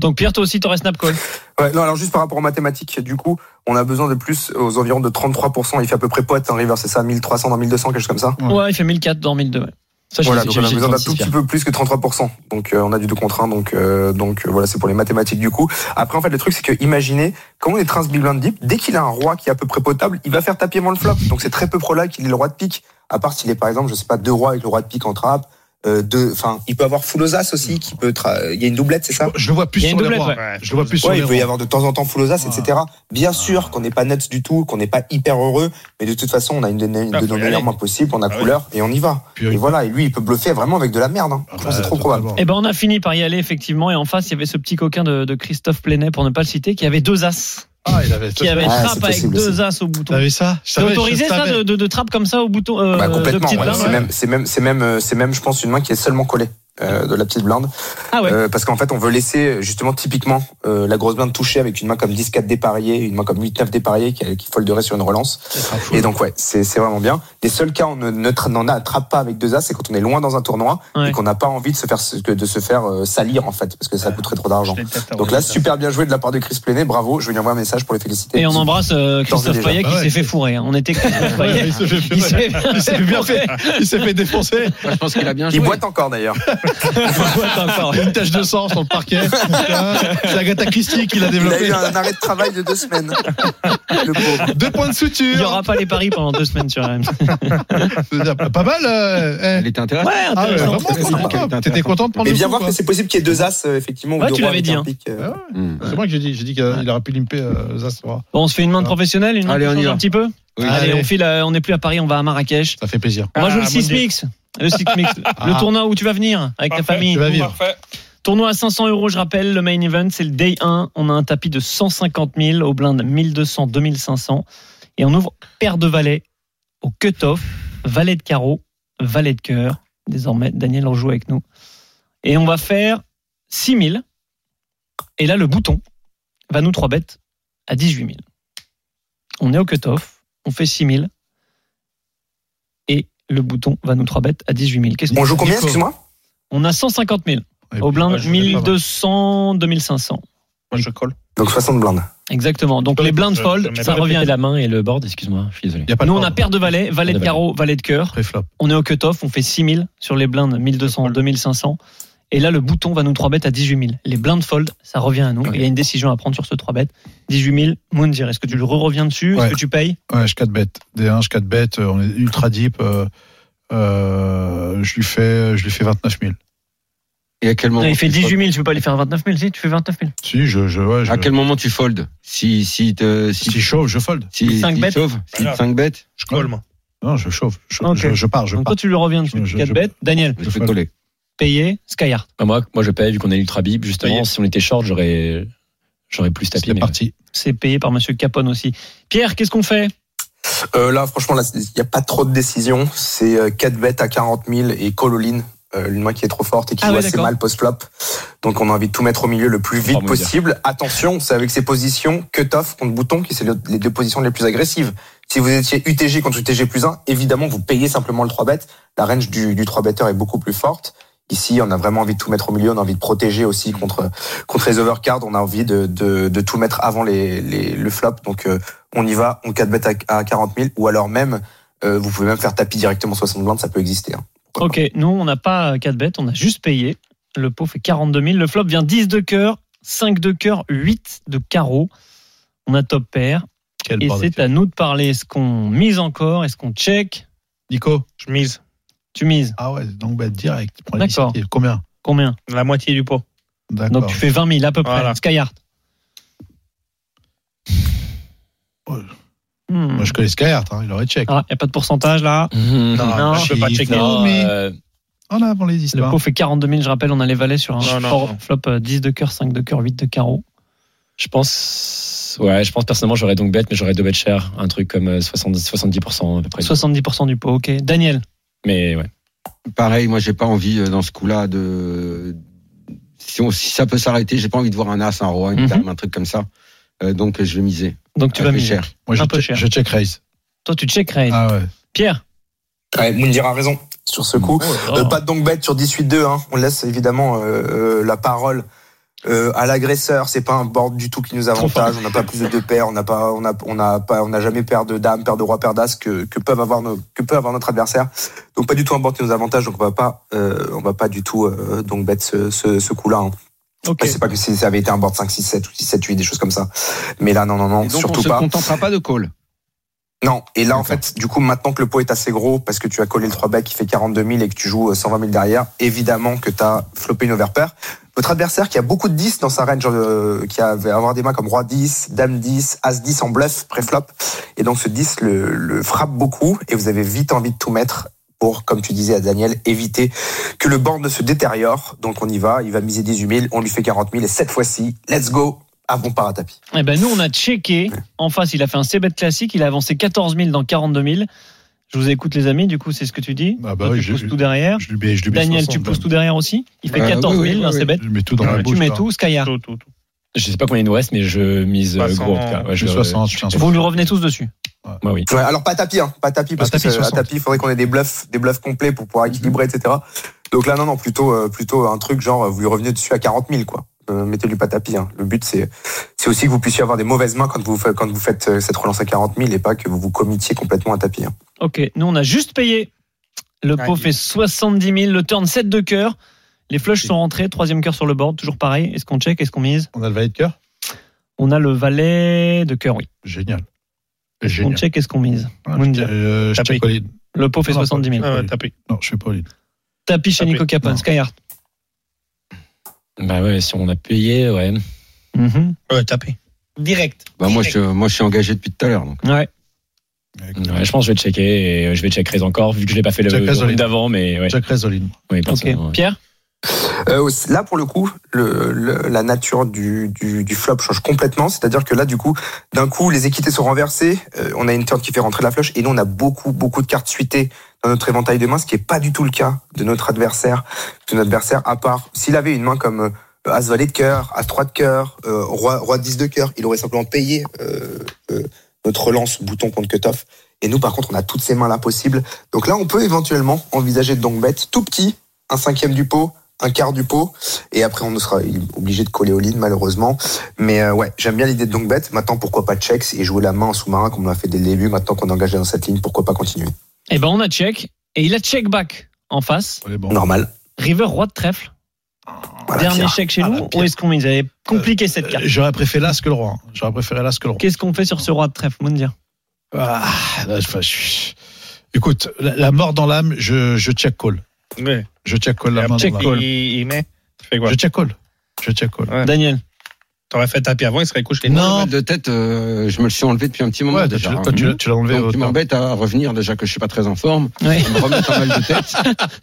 Donc Pierre, toi aussi, t'aurais snap call.
Ouais, non, alors juste par rapport aux mathématiques, du coup, on a besoin de plus aux environs de 33%. Il fait à peu près pote, un river, c'est ça, 1300 dans 1200, quelque chose comme ça.
Ouais.
Ouais, il fait 1400 dans 1002. ouais.
ça je
Voilà,
sais-
donc
j'ai-
on a
j'ai
besoin d'un
36,
tout
Pierre.
petit peu plus que 33%. Donc euh, on a du 2 contre 1, donc, euh, donc euh, voilà, c'est pour les mathématiques du coup. Après, en fait, le truc, c'est que imaginez, quand on est trans big blind deep, dès qu'il a un roi qui est à peu près potable, il va faire taper avant le flop. Donc c'est très peu probable qu'il ait le roi de pique, à part s'il est par exemple, je sais pas, deux rois avec le roi de pique en trappe. Euh, deux, enfin, il peut avoir full aux as aussi, qui peut tra- il y a une doublette, c'est ça
Je le vois plus
Il y a une
sur les
doublette,
rois.
ouais.
Ouais,
Je le vois plus sur
Ouais,
les
il peut
rois.
y avoir de temps en temps full aux as,
Ouais.
etc. Bien sûr qu'on n'est pas nuts du tout, qu'on n'est pas hyper heureux, mais de toute façon, on a une, une, une
Ah,
de
faut
nos
y
meilleures
aller.
mains possibles, on a
Ah oui.
couleur et on y va.
Puis,
Et
il-
voilà, et lui, il peut bluffer vraiment avec de la merde. Hein.
Ah
Franchement,
bah,
c'est trop probable.
totalement.
Eh ben, on a fini par y aller, effectivement. Et en face, il y avait ce petit coquin de, de Christophe Plenet, pour ne pas le citer, qui avait deux as.
Ah, il avait.
Qui avait
Ah,
trappe
c'est
avec
possible,
deux as au bouton.
T'as vu ça Je
C'est
savais,
autorisé,
je
ça,
savais.
de, de, de trappe comme ça au bouton euh,
Bah,
de
complètement.
petite
ouais.
blinde
C'est même, c'est même, c'est même, euh, c'est même, je pense, une main qui est seulement collée euh, de la petite blinde.
Ah ouais.
Euh, parce qu'en fait, on veut laisser justement typiquement euh, la grosse blinde toucher avec une main comme 10-4 dépareillée, une main comme 8-9 dépareillée qui, qui folderait sur une relance.
hein.
Et donc ouais, c'est c'est vraiment bien. Les seuls cas où on ne- ne tra- n'en attrape pas avec deux as, c'est quand on est loin dans un tournoi
Ouais.
et qu'on n'a pas envie de se faire se- que de se faire euh, salir en fait, parce que ça coûterait trop d'argent. Donc là, super bien joué de la part de Chris Plenet, bravo. Je vais lui envoyer un message pour les féliciter.
Et on embrasse euh, Christophe
déjà.
Payet qui
Bah ouais.
s'est fait fourrer. hein. On était Christophe
Ouais,
Payet.
il s'est fait-
Il s'est
s'est
bien fait
fait bien
fourrer.
Il s'est fait défoncer.
Moi, je pense qu'il a bien
Il
joué.
boite encore d'ailleurs.
Il y a une tache de sang sur le
[laughs]
parquet. Putain, C'est Agatha Christie qui l'a
Il a
développé.
eu un arrêt de travail de deux [laughs] semaines. Le pauvre.
Deux points de
Il n'y
suture.
aura pas les paris pendant deux semaines sur RMC.
Pas mal. euh,
Elle
eh.
était intéressante.
Ouais,
Ah, ouais,
intéressant.
vraiment, sympa. T'étais content de prendre
Mais
le
bien
coup,
voir
quoi.
que c'est possible qu'il y ait deux as, euh, effectivement, ou
Ouais,
deux
tu
rois
l'avais
avec
dit,
un
hein.
pic, euh.
Ah ouais,
Hmm.
C'est moi que j'ai dit. J'ai dit qu'il aurait pu limper euh, Zastra.
Bon, on se fait une main de professionnelle, une main
Allez,
qui
on
change
y va.
un petit peu.
Oui.
Allez,
Allez.
on file. euh, On n'est plus à Paris, on va à Marrakech.
Ça fait plaisir.
On va
Ah,
jouer le
mon Dieu.
6 mix. Le 6 mix. Le
Ah.
tournoi où tu vas venir avec ta famille.
tu vas vivre.
Parfait.
Tournoi à 500 euros, je rappelle, le main event, c'est le day 1. On a un tapis de 150 000, au blind 1200, 2500. Et on ouvre paire de valets au cut-off, valet de carreau, valet de cœur. Désormais, Daniel en joue avec nous. Et on va faire 6000. Et là, le bouton va nous 3 bêtes à 18 000. On est au cut-off, on fait 6000. Et le bouton va nous 3 bêtes à 18 000. Qu'est-ce qu'on
On joue combien,
Nico.
excuse-moi
On a 150 000.
Et
Au
puis,
blind,
ouais, je voulais pas, moi.
1200, 2500.
Moi, je colle.
Donc 60 blindes.
Exactement. Donc les blindes
Je-
fold,
je mets
ça
pas le
revient.
Et la main et le board excuse-moi je suis désolé
Il y a pas
Nous,
de
on a paire de valets, valet de
de
carreau, valet de cœur.
Préflop.
On est au cut-off, on fait 6000 sur les blindes, 1200, 2500. Et là, le bouton va nous 3 bêtes à 18 000. Les blindes fold, ça revient à nous. Il y a une décision à prendre sur ce 3 bêtes. 18 000, Moundir, est-ce que tu le reviens dessus
Ouais.
Est-ce que tu payes
Ouais, je 4 bêtes. D1, je 4 bêtes. euh, On est ultra deep. euh, euh, je lui fais, je lui fais 29 000.
Et à quel moment
Là, Il fait
tu
18 000, tu peux pas lui faire 29 000 Si, tu fais 29 000.
Si, je, je, ouais, je-
À quel moment tu fold Si si te
si je
si
chauffe, je fold.
si
Cinq
si
bêtes
chauve, si
Voilà.
5 bêtes,
Je colle, moi.
Non, je chauffe. Je,
Ok.
je, je pars, je
Donc
pars.
toi, tu le reviens dessus.
Je- je-
4
je-
bêtes. Daniel,
je fais
fold.
coller.
payé, Skyard.
Bah, moi moi je paye vu qu'on est ultra bib justement
Payé.
si on était short j'aurais j'aurais plus tapé
C'est
mais
parti.
C'est payé par monsieur Capone aussi. Pierre, qu'est-ce qu'on fait
Euh, là, franchement, là, il n'y a pas trop de décisions. C'est 4 bêtes à 40 000 et call all-in euh, une main qui est trop forte et qui
Ah
joue
ouais,
assez
d'accord.
mal post-flop. Donc on a envie de tout mettre au milieu le plus vite
Formidable.
possible. Attention, c'est avec ces positions cut-off contre bouton qui c'est le- les deux positions les plus agressives. Si vous étiez UTG contre UTG plus 1, évidemment vous payez simplement le 3 bet. La range du, du 3 better est beaucoup plus forte. Ici, on a vraiment envie de tout mettre au milieu, on a envie de protéger aussi contre contre les overcards, on a envie de, de, de tout mettre avant les, les, le flop. Donc euh, on y va, on 4 bet à, à 40 000 ou alors même euh, vous pouvez même faire tapis directement 60 blindes, ça peut exister. hein. Pourquoi
Ok, nous, on n'a pas 4 bêtes, on a juste payé. Le pot fait 42 000. Le flop vient 10 de cœur, 5 de cœur, 8 de carreau. On a top pair.
Quel
Et
bordel.
c'est à nous de parler. Est-ce qu'on mise encore Est-ce qu'on check
Nico
Je mise
Tu mises
Ah ouais, donc bah, direct. Prends
D'accord.
l'initiative. Combien
combien
la moitié du pot.
D'accord.
Donc tu fais 20 000 à peu près.
Voilà.
Skyhard.
Ouais.
Hmm.
Moi, je connais Skyheart, hein, il aurait check.
Ah, il n'y a pas de pourcentage là. non,
je
peux pas checker.
Non, mais
euh,
en avant les
Le
histoires.
pot fait 42 000, je rappelle, on a les valets sur un
Non, non,
fort-
non.
flop euh, 10 de cœur, 5 de cœur, 8 de carreau.
je pense. Ouais, je pense personnellement, j'aurais donc bête, mais j'aurais deux bêtes chères. Un truc comme euh, 70, 70% à peu près.
70% du pot, ok. Daniel,
Mais ouais.
Pareil, moi j'ai pas envie euh, dans ce coup-là de si, on- si ça peut s'arrêter, j'ai pas envie de voir un as, un roi, une
Mhm.
dame, un truc comme ça. Euh, donc euh, je vais miser.
donc tu
Ah,
vas
c'est
miser.
cher.
Moi, je,
un peu
check-
cher.
je check raise.
Toi, tu check raise.
Ah ouais.
Pierre
Ouais, Moundir a raison sur ce coup.
Oh
Euh, pas de donc bête sur 18-2. Hein. On laisse évidemment euh, euh, la parole euh, à l'agresseur. C'est pas un board du tout qui nous avantage. On n'a pas plus de deux paires. On n'a pas, on a, on a pas, on n'a jamais paire de dames, paire de rois, paire d'as que, que peuvent avoir nos, que peut avoir notre adversaire. Donc pas du tout un board qui nous avantage. Donc on va pas, euh, on va pas du tout euh, donc bête ce, ce, ce coup-là. Hein.
Ok.
Je sais pas que si ça avait été un board 5, 6, 7 ou 6, 7, 8, des choses comme ça. Mais là, non, non, non,
Et donc on
surtout
se
pas.
contentera pas de call.
Non, et là en fait, du coup, maintenant que le pot est assez gros, parce que tu as collé le 3 bet qui fait 42 000 et que tu joues euh, 120 000 derrière, évidemment que tu as floppé une overpair. Votre adversaire qui a beaucoup de 10 dans sa range, euh, qui a- va avoir des mains comme roi 10, dame 10, as 10 en bluff, préflop, et donc ce 10 le, le frappe beaucoup, et vous avez vite envie de tout mettre pour, comme tu disais à Daniel, éviter que le banc ne se détériore. Donc on y va, il va miser 18 000, on lui fait 40 000, et cette fois-ci, let's go, avant par à tapis.
Eh ben nous, on a checké. En face, il a fait un c-bet classique. Il a avancé 14 000 dans 42 000. Je vous écoute, les amis. Du coup, c'est ce que tu dis.
Ah bah
Toi,
oui,
tu
j'ai
pousses
vu.
tout derrière.
Je lui mets, je lui mets
Daniel,
60,
tu pousses
ben.
tout derrière aussi. Il fait
Euh,
14
oui,
000
oui,
dans
oui,
ses
oui.
bêtes.
Je mets tout dans la
Tu
bouche.
mets
là.
tout, Skyard.
Tout, tout, tout.
Je sais pas combien il nous reste, mais je mise euh, gros. en tout cas. Ouais,
Je
je,
mets 60, je tiens.
Vous nous revenez tous dessus.
Moi, oui.
Ouais, alors pas tapis, hein, pas tapis parce
Pas
que
tapis,
c'est- à
60.
tapis, il faudrait qu'on ait des bluffs, des bluffs complets pour pouvoir équilibrer, etc. Donc là, non, non, plutôt, euh, plutôt un truc genre vous lui revenez dessus à 40 000 quoi. Euh, Mettez-lui pas tapis. Hein. Le but c'est, c'est aussi que vous puissiez avoir des mauvaises mains quand vous fa- quand vous faites euh, cette relance à 40 000 et pas que vous vous committiez complètement à tapis. hein.
Ok, nous, on a juste payé. Le pot
Aïe.
fait 70 000. Le turn 7 de cœur. Les flushs sont rentrés. Troisième cœur sur le board. Toujours pareil. Est-ce qu'on check Est-ce qu'on mise
On a le valet de cœur
On a le valet de cœur, oui.
Génial.
On
Génial.
check Est-ce qu'on mise
Ah,
Moon
je-
Jack.
euh, Je
Tapé.
check all in.
Le pot fait
Non, non,
70 000.
pas-
Ah ouais, tapé.
Non, je fais pas all in.
Tapis chez
Tapé.
Nico Capone,
Non.
Skyard.
Bah ouais, si on a payé, ouais.
Mhm.
Euh, tapé. Direct.
Bah moi je moi je suis engagé depuis tout à l'heure donc.
Ouais.
Ouais, je pense que je vais checker et euh, je vais check raise encore, vu que je l'ai pas fait le
Check
le
raise
round
all in.
d'avant, mais ouais.
Check raise all in.
Oui,
Ok.
personnellement, ouais.
Pierre
Euh, là, pour le coup, le, le- la nature du, du, du flop change complètement. C'est-à-dire que là, du coup, d'un coup, les équités sont renversées. euh, on a une turn qui fait rentrer la flèche. Et nous, on a beaucoup, beaucoup de cartes suitées dans notre éventail de mains, ce qui est pas du tout le cas de notre adversaire. De notre adversaire, à part s'il avait une main comme euh, As valet de cœur, As 3 de cœur, euh, Roi, Roi 10 de cœur, il aurait simplement payé euh, euh, notre relance bouton contre cutoff. Et nous, par contre, on a toutes ces mains-là possibles. Donc là, on peut éventuellement envisager de donc bet tout petit, un cinquième du pot, un quart du pot et après on sera obligé de coller au lead malheureusement mais euh, ouais j'aime bien l'idée de donc bet maintenant pourquoi pas checks et jouer la main en sous-marin comme on l'a fait dès le début maintenant qu'on est engagé dans cette ligne pourquoi pas continuer
Eh ben, on a check. Et il a check back en face.
Allez, bon.
normal
River, roi de trèfle.
Voilà,
Dernier
Pierre.
check chez
Ah, la
nous.
pierre.
Ou est-ce qu'on mise Elle est compliquée cette
Euh,
carte.
J'aurais préféré l'as que le roi. hein. J'aurais préféré l'as que le roi.
Qu'est-ce qu'on fait sur ce roi de trèfle, Moundir
Ah, là, je- enfin, je- Écoute, la, la mort dans l'âme, je, je check call.
Ouais.
Je check call la
La
main
check,
dans l'âme.
il, il met. Tu fais quoi
Je check call. Je check call.
Ouais.
Daniel
T'aurais fait tapis avant, il serait couché.
Non, de tête, euh, je me le suis enlevé depuis un petit moment
Ouais, toi,
déjà.
tu,
hein.
toi, tu- tu l'as enlevé.
Donc,
au-
tu m'embêtes à revenir déjà que je suis pas très en forme.
Ouais.
Ça me remet pas mal de tête.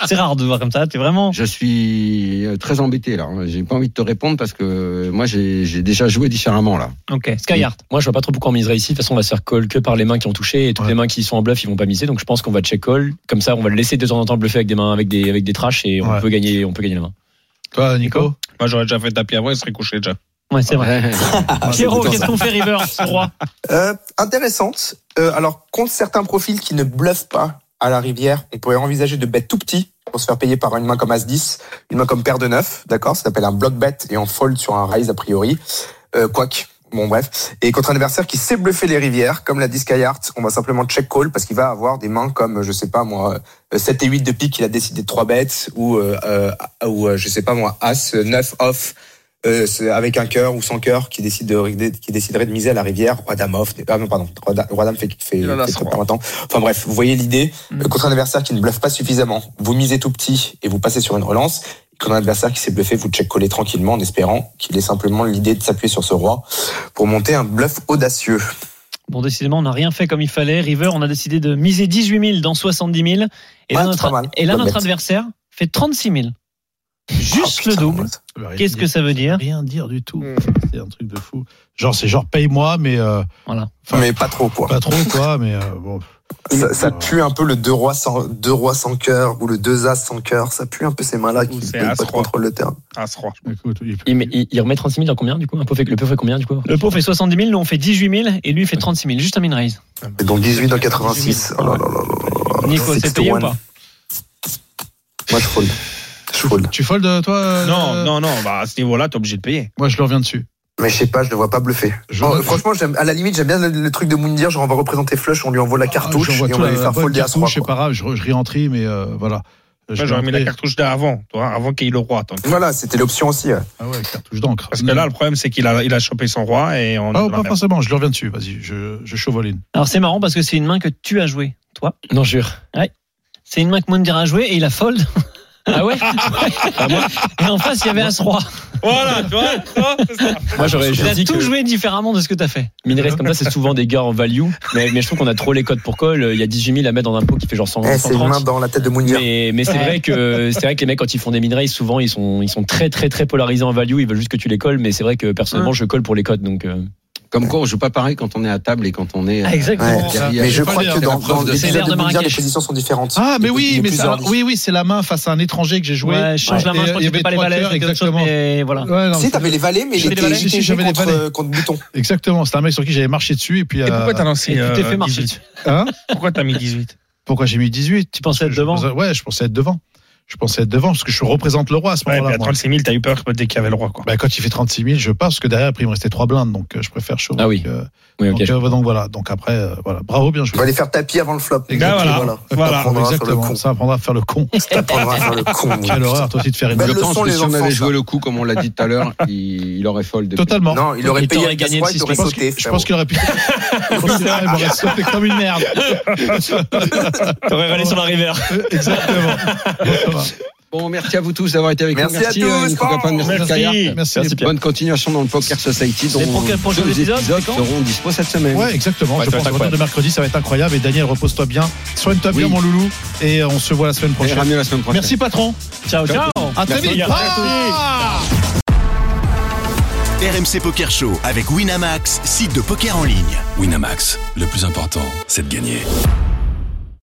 C'est rare de voir comme ça. T'es vraiment.
Je suis euh, très embêté là. hein. J'ai pas envie de te répondre parce que euh, moi j'ai j'ai déjà joué différemment là.
Ok. Skyheart.
Moi, je vois pas trop pourquoi on miserait ici. De toute façon, on va se faire call que par les mains qui ont touché et toutes
Ouais.
les mains qui sont en bluff, ils vont pas miser. Donc, je pense qu'on va check call. Comme ça, on va le laisser de temps en temps bluffer avec des mains, avec des, avec des trash et on
Ouais.
peut gagner, on peut gagner la main.
Toi, Nico
Moi, j'aurais déjà fait tapis avant, il serait couché déjà.
Ouais, c'est vrai.
Ouais.
Pierrot, qu'est-ce qu'on fait, River, ce roi
Euh, intéressante. Euh, alors, contre certains profils qui ne bluffent pas à la rivière, on pourrait envisager de bet tout petit pour se faire payer par une main comme As-10, une main comme paire de neuf, d'accord Ça s'appelle un block bet et on fold sur un raise a priori. Euh, quoique, bon bref. Et contre un adversaire qui sait bluffer les rivières, comme l'a dit Skyheart, on va simplement check call parce qu'il va avoir des mains comme, je sais pas moi, euh, 7 et 8 de pique, il a décidé de 3 bêtes, ou, euh, euh, ou euh, je sais pas moi, As, euh, 9 off, euh, c'est avec un cœur ou sans cœur qui décide de, qui déciderait de miser à la rivière roi dame off ah non pardon roi dame, roi dame fait fait,
Il en a Mm.
fait
cent.
pas longtemps enfin bref vous voyez l'idée Euh, contre un adversaire qui ne bluffe pas suffisamment vous misez tout petit et vous passez sur une relance Et contre un adversaire qui s'est bluffé vous check coller tranquillement en espérant qu'il ait simplement l'idée de s'appuyer sur ce roi pour monter un bluff audacieux
Bon, décidément, on n'a rien fait comme il fallait. River, on a décidé de miser 18 000 dans 70 000. Et là,
Ouais,
notre,
pas mal.
et là,
Bonne
notre
bête.
adversaire fait 36 000. Juste
Oh, putain,
le double.
mince.
Qu'est-ce que ça veut dire
Rien dire du tout.
Mm.
C'est un truc de fou. Genre, c'est genre paye-moi, mais euh, Enfin,
mais pas trop quoi
pas trop, quoi. Mais euh, bon.
ça, ça pue un peu le deux rois sans deux rois sans cœur ou le deux as sans cœur ça pue un peu ces mains là qui
Ou c'est
peuvent pas
as-roi.
trop contrôler le terrain
As-roi.
écoute, il-
Il, met- il, il remet 36 000 dans combien, du coup? Un peu fait, le peu fait combien, du coup?
Le pot fait 70 000, nous on fait 18 000 et lui il fait 36 000, juste un min-raise.
et donc 18 dans 86 oh là là là là là là.
Nico, c'est payé ou
61.
pas
Moi, je fold. Je fold.
Tu fold, toi euh,
Non, non, non, bah, à ce niveau-là, t'es obligé de payer.
Moi, je le reviens dessus.
Mais je sais pas, je ne vois pas bluffer.
Je-
Oh, franchement, j'aime- à la limite, j'aime bien le, le truc de Moundir, genre on va représenter Flush, on lui envoie la cartouche
Ah, j'envoie
et on
tout,
va
la-
lui
la
faire
bonne
folder à
cartouche,
3.
C'est pas grave, je, je réentrie, mais euh, voilà.
Moi, j'aurais mis la
réentrie.
cartouche d'avant, toi, hein, avant qu'il ait le roi. attends.
Voilà, c'était l'option aussi. euh. ouais.
Ah ouais, cartouche d'encre.
Parce que là, le problème, c'est qu'il a, il a chopé son roi et on a
Ah,
de la
pas
merde.
forcément, je le reviens dessus. Vas-y, je, je chauvoline.
Alors c'est marrant parce que c'est une main que tu as jouée, toi.
Non, jure.
C'est une main que Moundir a jouée et il a fold.
Ah
[laughs]
ouais?
Ah,
Et en face il y avait As-Roi.
Voilà, tu vois, tu vois, c'est ça.
Moi, [laughs] j'aurais,
Il
j'aurais
a
dit
tout
que-
joué différemment de ce que t'as fait.
Minerais comme ça, c'est souvent des gars en value. Mais, mais je trouve qu'on a trop les codes pour call. Il y a 18 000 à mettre dans un pot qui fait genre 100,
Eh, c'est une main
130.
dans la tête de Moundir.
Mais, mais c'est
Ouais.
vrai que c'est vrai que les mecs quand ils font des minerais souvent ils sont ils sont très très très polarisés en value ils veulent juste que tu les colles mais c'est vrai que personnellement je colle pour les codes donc euh,
[laughs] Comme quoi on joue pas pareil quand on est à table et quand on est. euh,
Ouais.
exactement.
derrière.
Mais je
C'est pas
crois
l'air
que
de la
dans,
preuve
dans
de-
c'est
l'épisode
l'air
de
de
Moundir, les
Marrakech.
positions sont différentes.
Ah, mais
Il y a
oui,
plusieurs
mais ça-
ordres.
oui, oui, c'est la main face à un étranger que j'ai joué.
Ouais, je change la main, je
Et
crois
il y
que
avait
c'était pas les
trois
valets,
cœurs,
c'était autre chose,
exactement.
mais voilà.
Ouais, non,
Si, t'avais les valets, mais il
J'avais
était
les valets, si, si,
JTG
j'avais les
contre,
valets.
euh, contre Bouton.
Exactement, c'est un mec sur qui j'avais marché dessus et puis.
Et
euh,
pourquoi t'as
Et
lancé
tu t'es
euh,
fait marcher
18?
dessus.
hein
Pourquoi t'as mis 18
Pourquoi j'ai mis 18 Tu
pensais être devant
Ouais, je pensais être devant. Je pensais être devant parce que je représente le roi à ce
Ouais, puis
moment-là.
à
moi.
36 000, t'as eu peur dès qu'il y avait le roi, quoi.
Bah, quand il fait 36 000, je pars parce que derrière, après, il me restait trois blindes, donc euh, je préfère chaud.
Ah oui.
Donc, euh,
oui, ok.
donc, euh, donc voilà, donc après, euh, voilà. Bravo, bien
On
joué.
va les faire tapis avant le flop.
Exactement.
Et
Voilà,
Ça prendra sur le
Exactement,
con.
ça apprendra à faire le con.
Ça prendra sur le con. mon
Quelle
putain.
horreur, toi aussi, de faire une
Belle
Je
leçon,
pense que
les
si on
enfants,
avait joué
ça.
le coup, comme on l'a dit tout à
[laughs]
l'heure, il, il aurait fold. depuis.
Totalement.
Non, il aurait
Et
payé
t'aurais
avec
gagné
As-Roi, il
six
aurait
je pense
sauté.
qu'il je pense
frérot.
qu'il aurait pu. Je pense qu'il aurait sauté comme une merde.
t'aurais
râlé sur
la rivière
Exactement. Bon, ça va.
Bon, merci à vous tous d'avoir été avec nous.
Merci à tous,
euh, Nico
bon.
Capone, merci,
Merci.
Kayar.
Merci.
Merci, Pierre.
Bonne continuation dans le Poker Society. dont
pro- prochains
deux
épisodes, c'est quand
seront dispo cette semaine.
Ouais, exactement.
Ouais,
je
ça va
pense
être
que le retour de mercredi, ça va être incroyable. Et Daniel, repose-toi bien. Soigne-toi bien,
Oui.
mon loulou. Et on se voit la semaine
On ira
prochaine.
mieux la semaine prochaine.
Merci, patron.
Ciao, ciao.
À très
Merci,
vite.
Pierre.
Ah
RMC Poker Show avec Winamax, site de poker en ligne.
Winamax, le plus important, c'est de gagner.